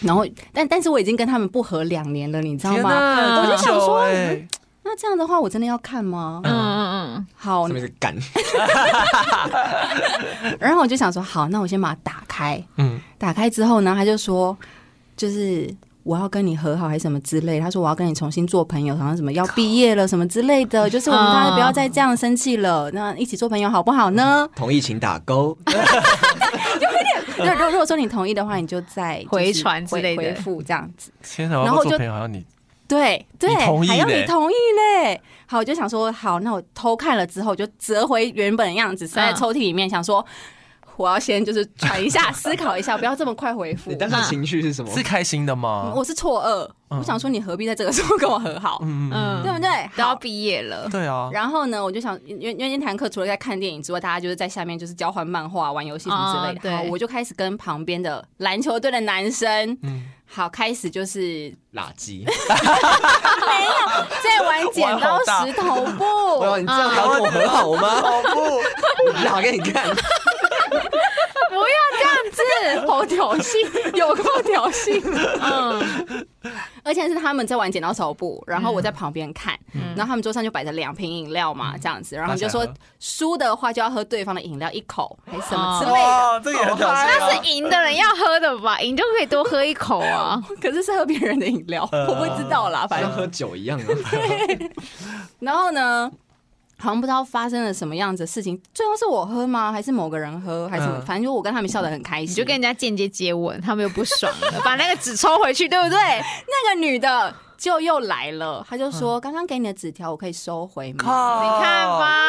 Speaker 4: 然后，但但是我已经跟他们不合两年了，你知道
Speaker 1: 嗯天
Speaker 4: 吗？
Speaker 1: 哪，
Speaker 4: 我就想说嗯
Speaker 1: 很久欸
Speaker 4: 那这样的话，我真的要看吗？
Speaker 2: 嗯嗯
Speaker 4: 好
Speaker 3: 上，面是干，
Speaker 4: 然后我就想说，好，那我先把它打开。
Speaker 1: 嗯，
Speaker 4: 打开之后呢，他就说，就是我要跟你和好还是什么之类。他说我要跟你重新做朋友，好像什么要毕业了什么之类 的，就是我们大家不要再这样生气了，那一起做朋友好不好呢？
Speaker 3: 同意请打勾。
Speaker 4: 那如果如果说你同意的话，你就再就是
Speaker 2: 回传之类的
Speaker 4: 回回复这样子。
Speaker 1: 天哪，
Speaker 4: 然
Speaker 1: 然
Speaker 4: 后
Speaker 1: 后
Speaker 4: 就
Speaker 1: 做朋友好像你
Speaker 4: 对对，
Speaker 1: 你同意
Speaker 4: 还要
Speaker 1: 嘞
Speaker 4: 你同意嘞。好，我就想说，好，那我偷看了之后，我就折回原本的样子，塞在
Speaker 2: 嗯
Speaker 4: 抽屉里面，想说我要先就是喘一下，思考一下，不要这么快回复
Speaker 3: 你。当时情绪是什么？
Speaker 1: 是开心的吗？
Speaker 4: 我是错愕，
Speaker 1: 嗯
Speaker 4: 我想说你何必在这个时候跟我和好，
Speaker 1: 嗯嗯
Speaker 2: 嗯
Speaker 4: 对不对？
Speaker 2: 都要
Speaker 4: 好。
Speaker 2: 毕业了，
Speaker 1: 对啊，
Speaker 4: 嗯然后呢，我就想，因为因为那堂课除了在看电影之外，大家就是在下面就是交换漫画、玩游戏什么之类的。
Speaker 2: 哦
Speaker 4: 好，
Speaker 2: 对
Speaker 4: 我就开始跟旁边的篮球队的男生，
Speaker 1: 嗯，
Speaker 4: 好，开始就是
Speaker 3: 垃圾。
Speaker 4: 在玩剪
Speaker 1: 玩
Speaker 4: 刀
Speaker 1: 好大
Speaker 4: 石头
Speaker 3: 哇，
Speaker 4: 布，
Speaker 3: 你这样还要跟我和好吗？
Speaker 1: 好不，
Speaker 3: 我打给你看，
Speaker 4: 不要这样子， 好挑 衅，有够挑衅。
Speaker 2: 嗯，
Speaker 4: 而且是他们在玩剪刀手布，然后我在旁边看，然后他们桌上就摆着两瓶饮料嘛，这样子，然后他们就说
Speaker 1: 拿起来喝
Speaker 4: 输的话就要喝对方的饮料一口，还是什么之类的。
Speaker 1: 哇，这个也很挑衅
Speaker 2: 那
Speaker 1: 啊，
Speaker 2: 是赢的人要喝的吧？赢就可以多喝一口啊。
Speaker 4: 可是是喝别人的饮料，
Speaker 1: 呃
Speaker 4: 我不知道啦，反
Speaker 3: 像
Speaker 4: 正。
Speaker 3: 喝酒一样啊。
Speaker 4: 然后呢，好像不知道发生了什么样子的事情，最后是我喝吗？还是某个人喝？还是
Speaker 1: 嗯
Speaker 4: 反正就我跟他们笑得很开心。
Speaker 2: 你就跟人家间接接吻，他们又不爽了，把那个纸抽回去，对不对？
Speaker 4: 那个女的就又来了，她就说：“刚刚给你的纸条，我可以收回吗
Speaker 1: 嗯靠，
Speaker 2: 你看，吧，？”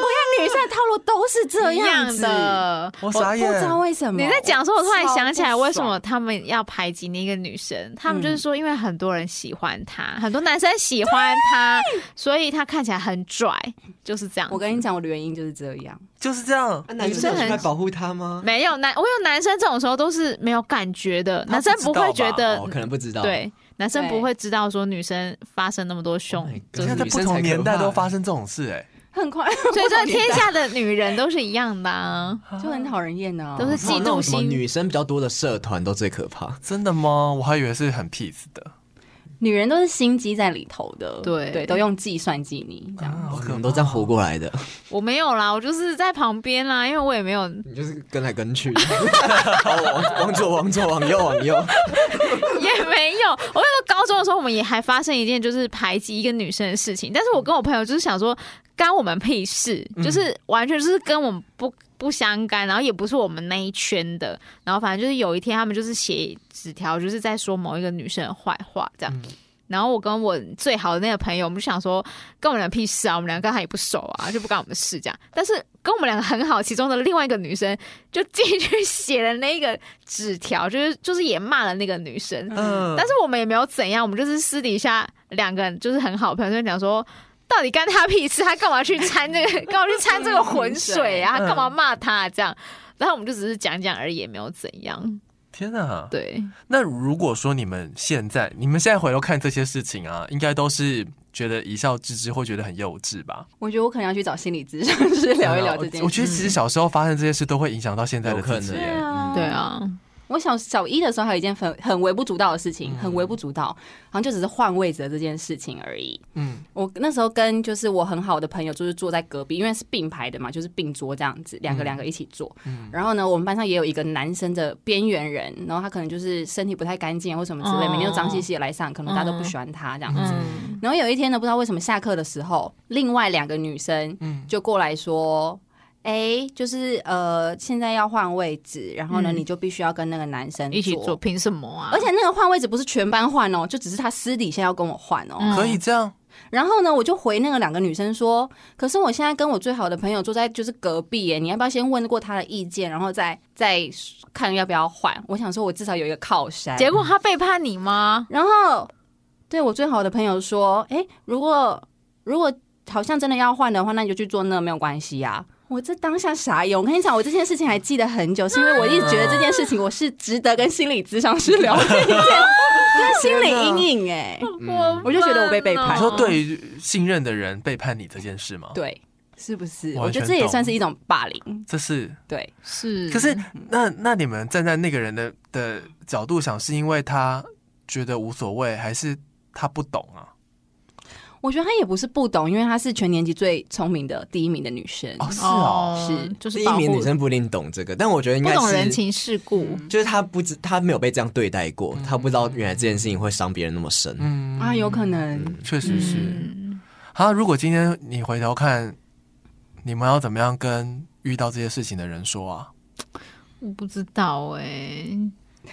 Speaker 4: 那女生的套路都是这
Speaker 2: 一样
Speaker 4: 样子。
Speaker 2: 的。
Speaker 1: 我
Speaker 4: 我
Speaker 1: 傻
Speaker 4: 不知
Speaker 1: 眼，
Speaker 4: 道为什么
Speaker 2: 你在讲的时候，我突然
Speaker 4: 超
Speaker 2: 想起来，
Speaker 4: 不
Speaker 2: 为什
Speaker 4: 爽
Speaker 2: 么他们要排挤那个女生？他们就是说，因为很多人喜欢她，很多男生喜欢她，所以她看起来很拽，就是这样。
Speaker 4: 我跟你讲，我的原因就是这样。
Speaker 1: 就是这样，
Speaker 3: 那男生有出来保护他吗？
Speaker 2: 没有男，我有男生这种时候都是没有感觉的，
Speaker 1: 他
Speaker 2: 男生
Speaker 1: 不知道
Speaker 2: 会觉
Speaker 1: 吧
Speaker 2: 得
Speaker 3: 哦，可能不知道。，
Speaker 2: 呃对，男生
Speaker 4: 对
Speaker 2: 不会知道说女生发生那么多凶
Speaker 3: Oh my，God
Speaker 2: 就是
Speaker 1: 现在在不同年代
Speaker 2: 欸
Speaker 1: 都发生这种事，哎，
Speaker 4: 很快，
Speaker 2: 所以这天下的女人都是一样的、啊，
Speaker 4: 就很讨人厌呢、
Speaker 2: 都是嫉
Speaker 3: 哦那
Speaker 2: 妒
Speaker 3: 种什么
Speaker 2: 心。
Speaker 3: 女生比较多的社团都最可怕。
Speaker 1: 真的吗？我还以为是很 peace 的，
Speaker 4: 女人都是心机在里头的，
Speaker 2: 对
Speaker 4: 对，都用计算计你这样。
Speaker 1: 好
Speaker 3: 我
Speaker 1: 可
Speaker 3: 们
Speaker 1: 怕
Speaker 3: 都这样活过来的，
Speaker 2: 我没有啦，我就是在旁边啦，因为我也没有，
Speaker 3: 你就是跟来跟 去，哦往往左往左往右 往右，
Speaker 2: 也没有。我那时候高中的时候，我们也还发生一件就是排挤一个女生的事情，但是我跟我朋友就是想说，干我们屁事，就是完全就是跟我们不。不相干，然后也不是我们那一圈的，然后反正就是有一天他们就是写纸条，就是在说某一个女生的坏话这样，然后我跟我最好的那个朋友，我们就想说，跟我们俩屁事啊，我们俩跟他也不熟啊，就不干我们事这样。但是跟我们两个很好，其中的另外一个女生就进去写了那个纸条，就是就是也骂了那个女生，
Speaker 1: 嗯
Speaker 2: 但是我们也没有怎样，我们就是私底下两个人就是很好的朋友就讲说。到底干他屁事？他干嘛去掺这 个？干嘛去掺这个浑水啊？
Speaker 1: 嗯
Speaker 2: 他干嘛骂他、这样？然后我们就只是讲讲而已，也没有怎样。
Speaker 1: 天哪！
Speaker 2: 对，
Speaker 1: 那如果说你们现在，你们现在回头看这些事情啊，应该都是觉得一笑置之，会觉得很幼稚吧？
Speaker 4: 我觉得我可能要去找心理咨询师聊一聊这件
Speaker 1: 啊我
Speaker 4: 事。
Speaker 1: 觉得其实小时候发生这些事，都会影响到现在的自己
Speaker 2: 嗯
Speaker 1: 欸
Speaker 3: 有可
Speaker 1: 耶。
Speaker 3: 能
Speaker 4: 啊
Speaker 2: 对啊，
Speaker 4: 我小小一的时候还有一件很很微不足道的事情，很微不足道，然后就只是换位置的这件事情而已。
Speaker 1: 嗯，
Speaker 4: 我那时候跟就是我很好的朋友，就是坐在隔壁，因为是并排的嘛，就是并桌这样子，两
Speaker 2: 嗯
Speaker 4: 个两个一起坐。然后呢，我们班上也有一个男生的边缘人，然后他可能就是身体不太干净或什么之类，
Speaker 2: 哦
Speaker 4: 每天都脏兮兮的来上，可能大家都不喜欢他这样子。
Speaker 2: 嗯，
Speaker 4: 然后有一天呢，不知道为什么下课的时候，另外两个女生
Speaker 1: 嗯
Speaker 4: 就过来说。哎、就是呃，现在要换位置，然后呢，
Speaker 2: 嗯
Speaker 4: 你就必须要跟那个男生
Speaker 2: 一起做，凭什么啊？
Speaker 4: 而且那个换位置不是全班换哦，就只是他私底下要跟我换哦。
Speaker 2: 嗯
Speaker 1: 可以这样，
Speaker 4: 然后呢，我就回那个两个女生说，可是我现在跟我最好的朋友坐在就是隔壁耶，你要不要先问过他的意见，然后再再看要不要换？我想说，我至少有一个靠山。
Speaker 2: 结果他背叛你吗？
Speaker 4: 然后对我最好的朋友说，哎，如果如果好像真的要换的话，那你就去做那没有关系呀、我这当下傻眼，我跟你讲，我这件事情还记得很久，是因为我一直觉得这件事情我是值得跟心理咨商师聊的 一件，这是心理阴影哎、
Speaker 2: 我
Speaker 4: 我就觉得我被背叛
Speaker 1: 你说，对于信任的人背叛你这件事吗？，
Speaker 4: 对，是不是？
Speaker 1: 完
Speaker 4: 我觉
Speaker 1: 全
Speaker 4: 得这也
Speaker 1: 懂
Speaker 4: 算是一种霸凌，
Speaker 1: 这是。
Speaker 4: 对，
Speaker 2: 是，
Speaker 1: 可是那那你们站在那个人的的角度想，是因为他觉得无所谓，还是他不懂啊？
Speaker 4: 我觉得他也不是不懂，因为她是全年级最聪明的第一名的女生。
Speaker 1: 哦，是哦，
Speaker 4: 是
Speaker 2: 就是
Speaker 3: 第一
Speaker 2: 保护
Speaker 3: 名女生不一定懂这个，但我觉得应
Speaker 2: 不
Speaker 3: 该
Speaker 2: 懂
Speaker 3: 是
Speaker 2: 人情嗯世故，
Speaker 3: 就是他不知他没有被这样对待过，他不知道原来这件事情会伤别人那么深。
Speaker 1: 嗯
Speaker 4: 啊，有可能，
Speaker 1: 确实是。
Speaker 2: 嗯
Speaker 1: 啊，如果今天你回头看，你们要怎么样跟遇到这些事情的人说啊？
Speaker 2: 我不知道哎、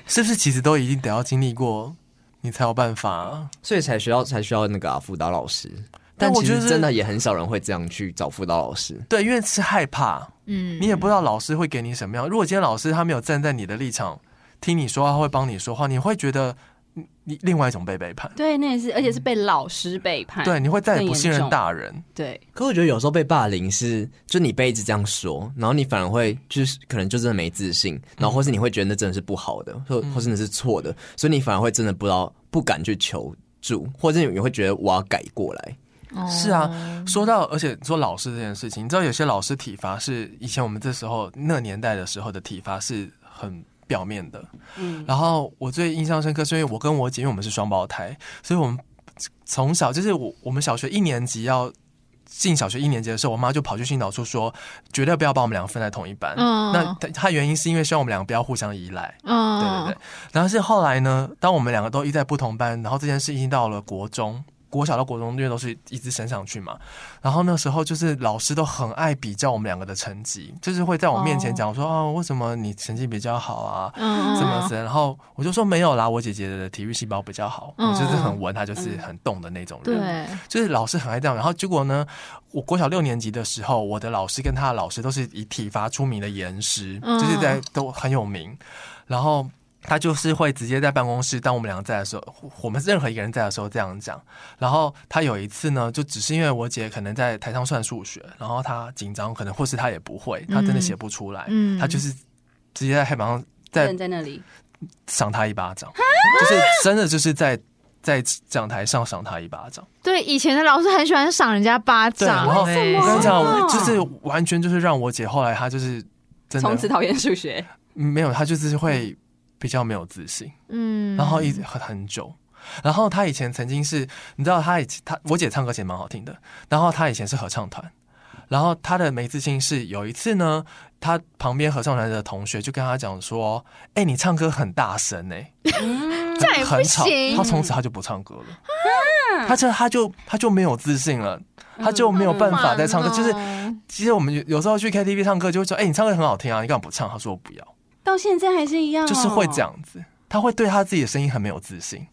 Speaker 1: 是不是其实都一定得要经历过，你才有办法、
Speaker 3: 所以才需要才需要那个啊辅、导老师。
Speaker 1: 但
Speaker 3: 但
Speaker 1: 我
Speaker 3: 其
Speaker 1: 觉得
Speaker 3: 实真的也很少人会这样去找辅导老师。
Speaker 1: 对，因为是害怕，
Speaker 2: 嗯，
Speaker 1: 你也不知道老师会给你什么样。如果今天老师他没有站在你的立场听你说话，会帮你说话，你会觉得你你另外一种被背叛。
Speaker 4: 对，那也是，而且是被老师背叛。
Speaker 1: 对，你会再也不信
Speaker 4: 更严
Speaker 1: 任
Speaker 4: 重
Speaker 1: 大人。
Speaker 4: 对，
Speaker 3: 可我觉得有时候被霸凌是，就你被一直这样说，然后你反而会就是可能就真的没自信，然后或是你会觉得那真的是不好的，或或是那是错的，所以你反而会真的不知道不敢去求助，或者你会觉得我要改过来。
Speaker 2: 哦
Speaker 1: 是啊，说到而且说老师这件事情，你知道有些老师体罚是以前我们这时候那年代的时候的体罚是很表面的，嗯，然后我最印象深刻是因为我跟我姐，因为我们是双胞胎，所以我们从小就是我我们小学一年级要。进小学一年级的时候，我妈就跑去训导处说，绝对不要把我们两个分在同一班。
Speaker 2: 嗯
Speaker 1: 那她她原因是因为希望我们两个不要互相依赖。
Speaker 2: 嗯，
Speaker 1: 对对对。然后是后来呢，当我们两个都一在不同班，然后这件事已经到了国中。国小到国中因为都是一直升上去嘛，然后那时候就是老师都很爱比较我们两个的成绩，就是会在我面前讲说哦为什么你成绩比较好啊，
Speaker 2: 嗯，
Speaker 1: 怎么怎么，然后我就说没有啦，我姐姐的体育细胞比较好，
Speaker 2: 嗯
Speaker 1: 我就是很文，她就是很动的那种人。
Speaker 2: 对，
Speaker 1: 就是老师很爱这样。然后结果呢，我国小六年级的时候，我的老师跟他的老师都是以体罚出名的严师，
Speaker 2: 嗯
Speaker 1: 就是在都很有名。然后他就是会直接在办公室，当我们两个在的时候，我我们任何一个人在的时候这样讲。然后他有一次呢，就只是因为我姐可能在台上算数学，然后她紧张，可能或是她也不会，她真的写不出来，
Speaker 2: 嗯
Speaker 1: 她就是直接在黑板上在
Speaker 4: 人在那里，
Speaker 1: 赏他一巴掌，就是真的就是在在讲台上赏他一巴掌。
Speaker 2: 对，以前的老师很喜欢赏人家巴
Speaker 1: 对，然
Speaker 2: 掌，
Speaker 1: 后
Speaker 3: 什
Speaker 1: 我跟你讲，
Speaker 4: 哇
Speaker 1: 就是完全就是让我姐后来她就是真
Speaker 4: 从此
Speaker 1: 的
Speaker 4: 讨厌数学。
Speaker 1: 没有，她就是会比较没有自信，
Speaker 2: 嗯，
Speaker 1: 然后一直很很久。然后她以前曾经是，你知道她以前她我姐唱歌其实蛮好听的，然后她以前是合唱团，然后她的没自信是有一次呢，她旁边合唱团的同学就跟她讲说：“哎、你唱歌很大声哎、
Speaker 4: 嗯
Speaker 1: 很
Speaker 2: 这样也不
Speaker 1: 很吵。”
Speaker 2: 行
Speaker 1: 她从此她就不唱歌了，她这她就她就没有自信了，她就没有办法再
Speaker 2: 嗯
Speaker 1: 唱歌，就是
Speaker 2: 哦
Speaker 1: 其实我们有有时候去 KTV 唱歌，就会说：“哎、你唱歌很好听啊，你干嘛不唱？”他说：“我不要。
Speaker 4: 到现在还是一样、”哦
Speaker 1: 就是会这。样子，他会对他自己的声音很没有自信。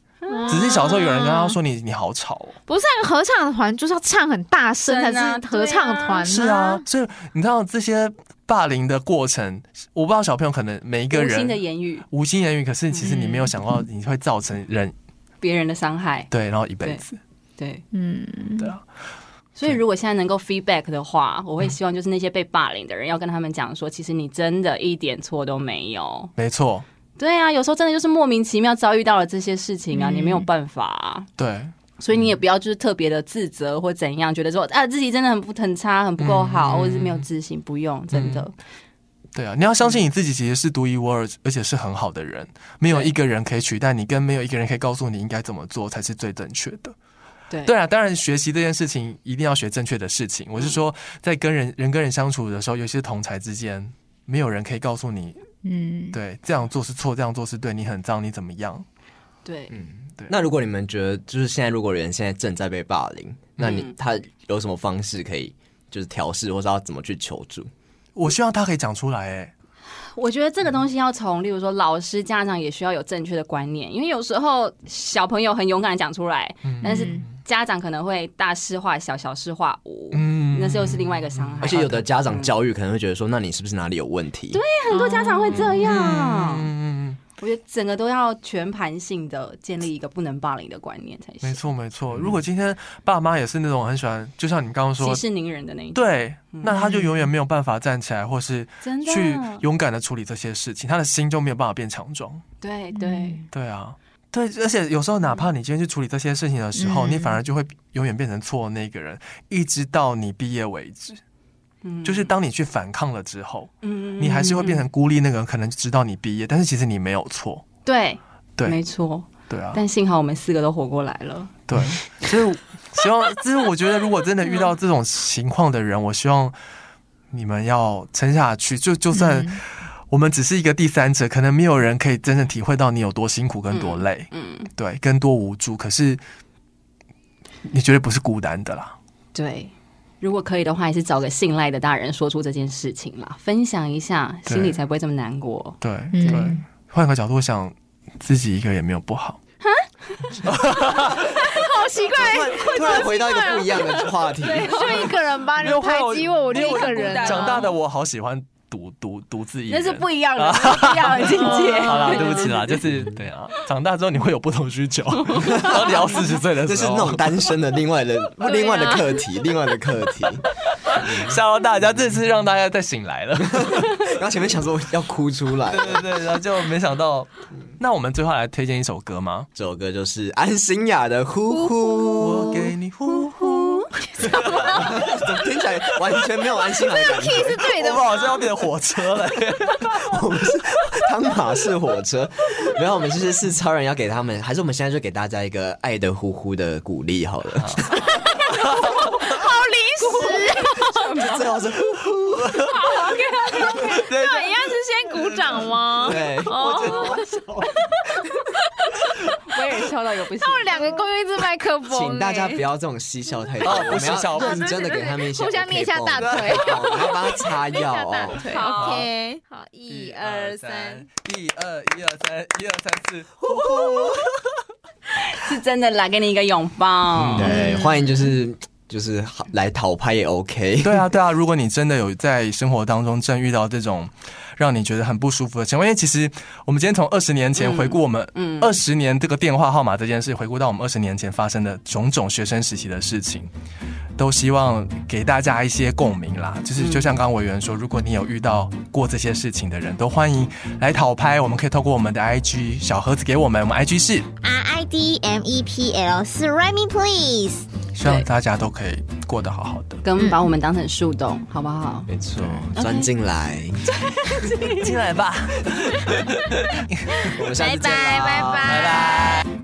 Speaker 1: 只是小时候有人跟他说你你好吵哦，
Speaker 2: 哦不是啊合唱团就是要唱很大声才
Speaker 4: 真
Speaker 2: 是
Speaker 4: 啊
Speaker 2: 合唱团、
Speaker 1: 是啊，，所以你知道这些霸凌的过程，我不知道小朋友可能每一个
Speaker 4: 无心的
Speaker 1: 人
Speaker 4: 言语，
Speaker 1: 无心言语，可是其实你没有想到你会造成人
Speaker 4: 别人的伤害，
Speaker 1: 对，然后一辈子
Speaker 4: 对。
Speaker 2: 嗯，
Speaker 1: 对嗯啊，
Speaker 4: 所以如果现在能够 feedback 的话，我会希望就是那些被霸凌的人要跟他们讲说，其实你真的一点错都没有。
Speaker 1: 没错，
Speaker 4: 对啊，有时候真的就是莫名其妙遭遇到了这些事情啊，
Speaker 2: 嗯
Speaker 4: 你没有办法、啊。
Speaker 1: 对，
Speaker 4: 所以
Speaker 1: 嗯
Speaker 4: 你也不要就是特别的自责或怎样，觉得说啊自己真的很不很差，很不够好，
Speaker 1: 嗯
Speaker 4: 或者是没有自信，不用真的。
Speaker 1: 对啊，你要相信你自己其实是独一无二，而且是很好的人，没有
Speaker 4: 对
Speaker 1: 一个人可以取代你，跟没有一个人可以告诉你应该怎么做才是最正确的。
Speaker 4: 对
Speaker 1: 对啊，当然学习这件事情一定要学正确的事情。我是说，在跟人人跟人相处的时候，尤其是同才之间，没有人可以告诉你，
Speaker 2: 嗯，
Speaker 1: 对这样做是错，这样做是对，你很脏，你怎么样？
Speaker 4: 对，
Speaker 1: 嗯，对。
Speaker 3: 那如果你们觉得，就是现在如果有人现在正在被霸凌，那你
Speaker 4: 嗯
Speaker 3: 他有什么方式可以就是调试，或是要怎么去求助？
Speaker 1: 我希望他可以讲出来、哎，
Speaker 4: 我觉得这个东西要从，例如说老师、家长也需要有正确的观念，因为有时候小朋友很勇敢的讲出来，
Speaker 1: 嗯
Speaker 4: 但是家长可能会大事化小，小事化无，
Speaker 1: 嗯
Speaker 4: 那是又是另外一个伤害。
Speaker 3: 而且有的家长教育可能会觉得说，那你是不是哪里有问题？对，
Speaker 4: 很多家长会这样，
Speaker 1: 嗯嗯，
Speaker 4: 我觉得整个都要全盘性的建立一个不能霸凌的观念才
Speaker 1: 没
Speaker 4: 行，
Speaker 1: 错没错。如果今天爸妈也是那种很喜欢，就像你刚刚说
Speaker 4: 息，事宁人的那一种，
Speaker 1: 对，那他就永远没有办法站起来，或是
Speaker 4: 真的
Speaker 1: 去勇敢的处理这些事情，他的心就没有办法变强壮。
Speaker 4: 对对，
Speaker 1: 对啊，对，而且有时候哪怕你今天去处理这些事情的时候，
Speaker 2: 嗯
Speaker 1: 你反而就会永远变成错的那个人，一直到你毕业为止。
Speaker 4: 嗯
Speaker 1: 就是当你去反抗了之后，
Speaker 4: 嗯
Speaker 1: 你还是会变成孤立那个人，可能直到你毕业，但是其实你没有错。
Speaker 4: 嗯对
Speaker 1: 对
Speaker 4: 没错。
Speaker 1: 对啊，
Speaker 4: 但幸好我们四个都活过来了，
Speaker 1: 对，所以我希望， 就是我觉得，如果真的遇到这种情况的人，我希望你们要撑下去。就就算
Speaker 2: 嗯
Speaker 1: 我们只是一个第三者，可能没有人可以真正体会到你有多辛苦跟多累，
Speaker 4: 嗯，
Speaker 1: 对，跟多无助。可是你绝对不是孤单的啦。
Speaker 4: 对。如果可以的话，还是找个信赖的大人说出这件事情啦，分享一下，
Speaker 1: 对
Speaker 4: 心里才不会这么难过。
Speaker 1: 对
Speaker 2: 嗯
Speaker 1: 对，换个角度想，自己一个也没有不好。
Speaker 2: 好奇怪，
Speaker 3: 突然回到一个不一样的话题。
Speaker 2: 就一个人吧，你
Speaker 1: 没有
Speaker 2: 排
Speaker 1: 会有
Speaker 2: 挤我，我就一个人啊、
Speaker 1: 长大的我好喜欢独独独自一人，
Speaker 4: 那是不一样的， 那是不一样的境
Speaker 1: 好
Speaker 4: 界。
Speaker 1: 啦，对不起啦，就是对啊，长大之后你会有不同需求， 然后你到四十岁 的
Speaker 3: 这
Speaker 1: 时
Speaker 3: 是那种
Speaker 1: 候，
Speaker 3: 单身的另 外的、
Speaker 2: 哦啊
Speaker 3: 另外的课题， 另外的课 题。
Speaker 1: 吓到大家，这次让大家再醒来了。
Speaker 3: 然后前面想说要哭出来，
Speaker 1: 对对对，然后就没想到，那我们最后来推荐一首歌吗？
Speaker 3: 这首歌就是安心雅的《呼呼》，
Speaker 1: 你呼呼，
Speaker 3: 怎么听起来完全没有安心雅的感觉？
Speaker 2: 是对
Speaker 1: 我
Speaker 2: 的
Speaker 1: 们好像要变火车 了。
Speaker 3: 我们是汤马式火车，没有，我们就是是超人要给他们，还是我们现在就给大家一个爱的呼呼的鼓励好了。 最好是呼
Speaker 1: 对
Speaker 2: 那一样啊是先鼓掌吗？
Speaker 3: 对，
Speaker 2: 哦，
Speaker 4: 我也笑到有不行。
Speaker 2: 他们两个共用一支麦克风、欸
Speaker 3: 请大家不
Speaker 2: 要。
Speaker 3: 要这种嬉笑太多，
Speaker 1: 哦
Speaker 3: 我们
Speaker 1: 不是笑
Speaker 3: 要认真的给他们一些
Speaker 2: 互相捏一下大腿
Speaker 3: OK 绷我们要帮他擦
Speaker 2: 捏一下
Speaker 3: 药
Speaker 2: 大
Speaker 3: 哦。
Speaker 2: 腿
Speaker 4: 好
Speaker 2: ，OK，好，一二三，，
Speaker 1: 一二一二三，一二三四，呼
Speaker 4: 是真的来给你一个拥
Speaker 1: 嗯
Speaker 4: 抱。
Speaker 3: 对，欢迎就是就是好来讨拍也 OK。
Speaker 1: 对啊，对啊，如果你真的有在生活当中正遇到这种让你觉得很不舒服的情况，因为其实我们今天从二十年前回顾我们
Speaker 4: 嗯
Speaker 1: 二十年这个电话号码这件事，回顾到我们二十年前发生的种种学生时期的事情，都希望给大家一些共鸣啦。就是就像刚刚委员说，如果你有遇到过这些事情的人，都欢迎来讨拍，我们可以透过我们的 IG 小盒子给我们，我们 IG 是
Speaker 5: R I D M E P L 四 Rhyme me please。
Speaker 1: 希望大家都可以过得好好的。
Speaker 4: 跟把我们当成树洞，好不好？
Speaker 3: 没错，钻进来，
Speaker 1: 进来吧。
Speaker 3: 我们下
Speaker 2: 拜
Speaker 3: 次
Speaker 2: 拜，
Speaker 3: 见啦
Speaker 2: 拜拜。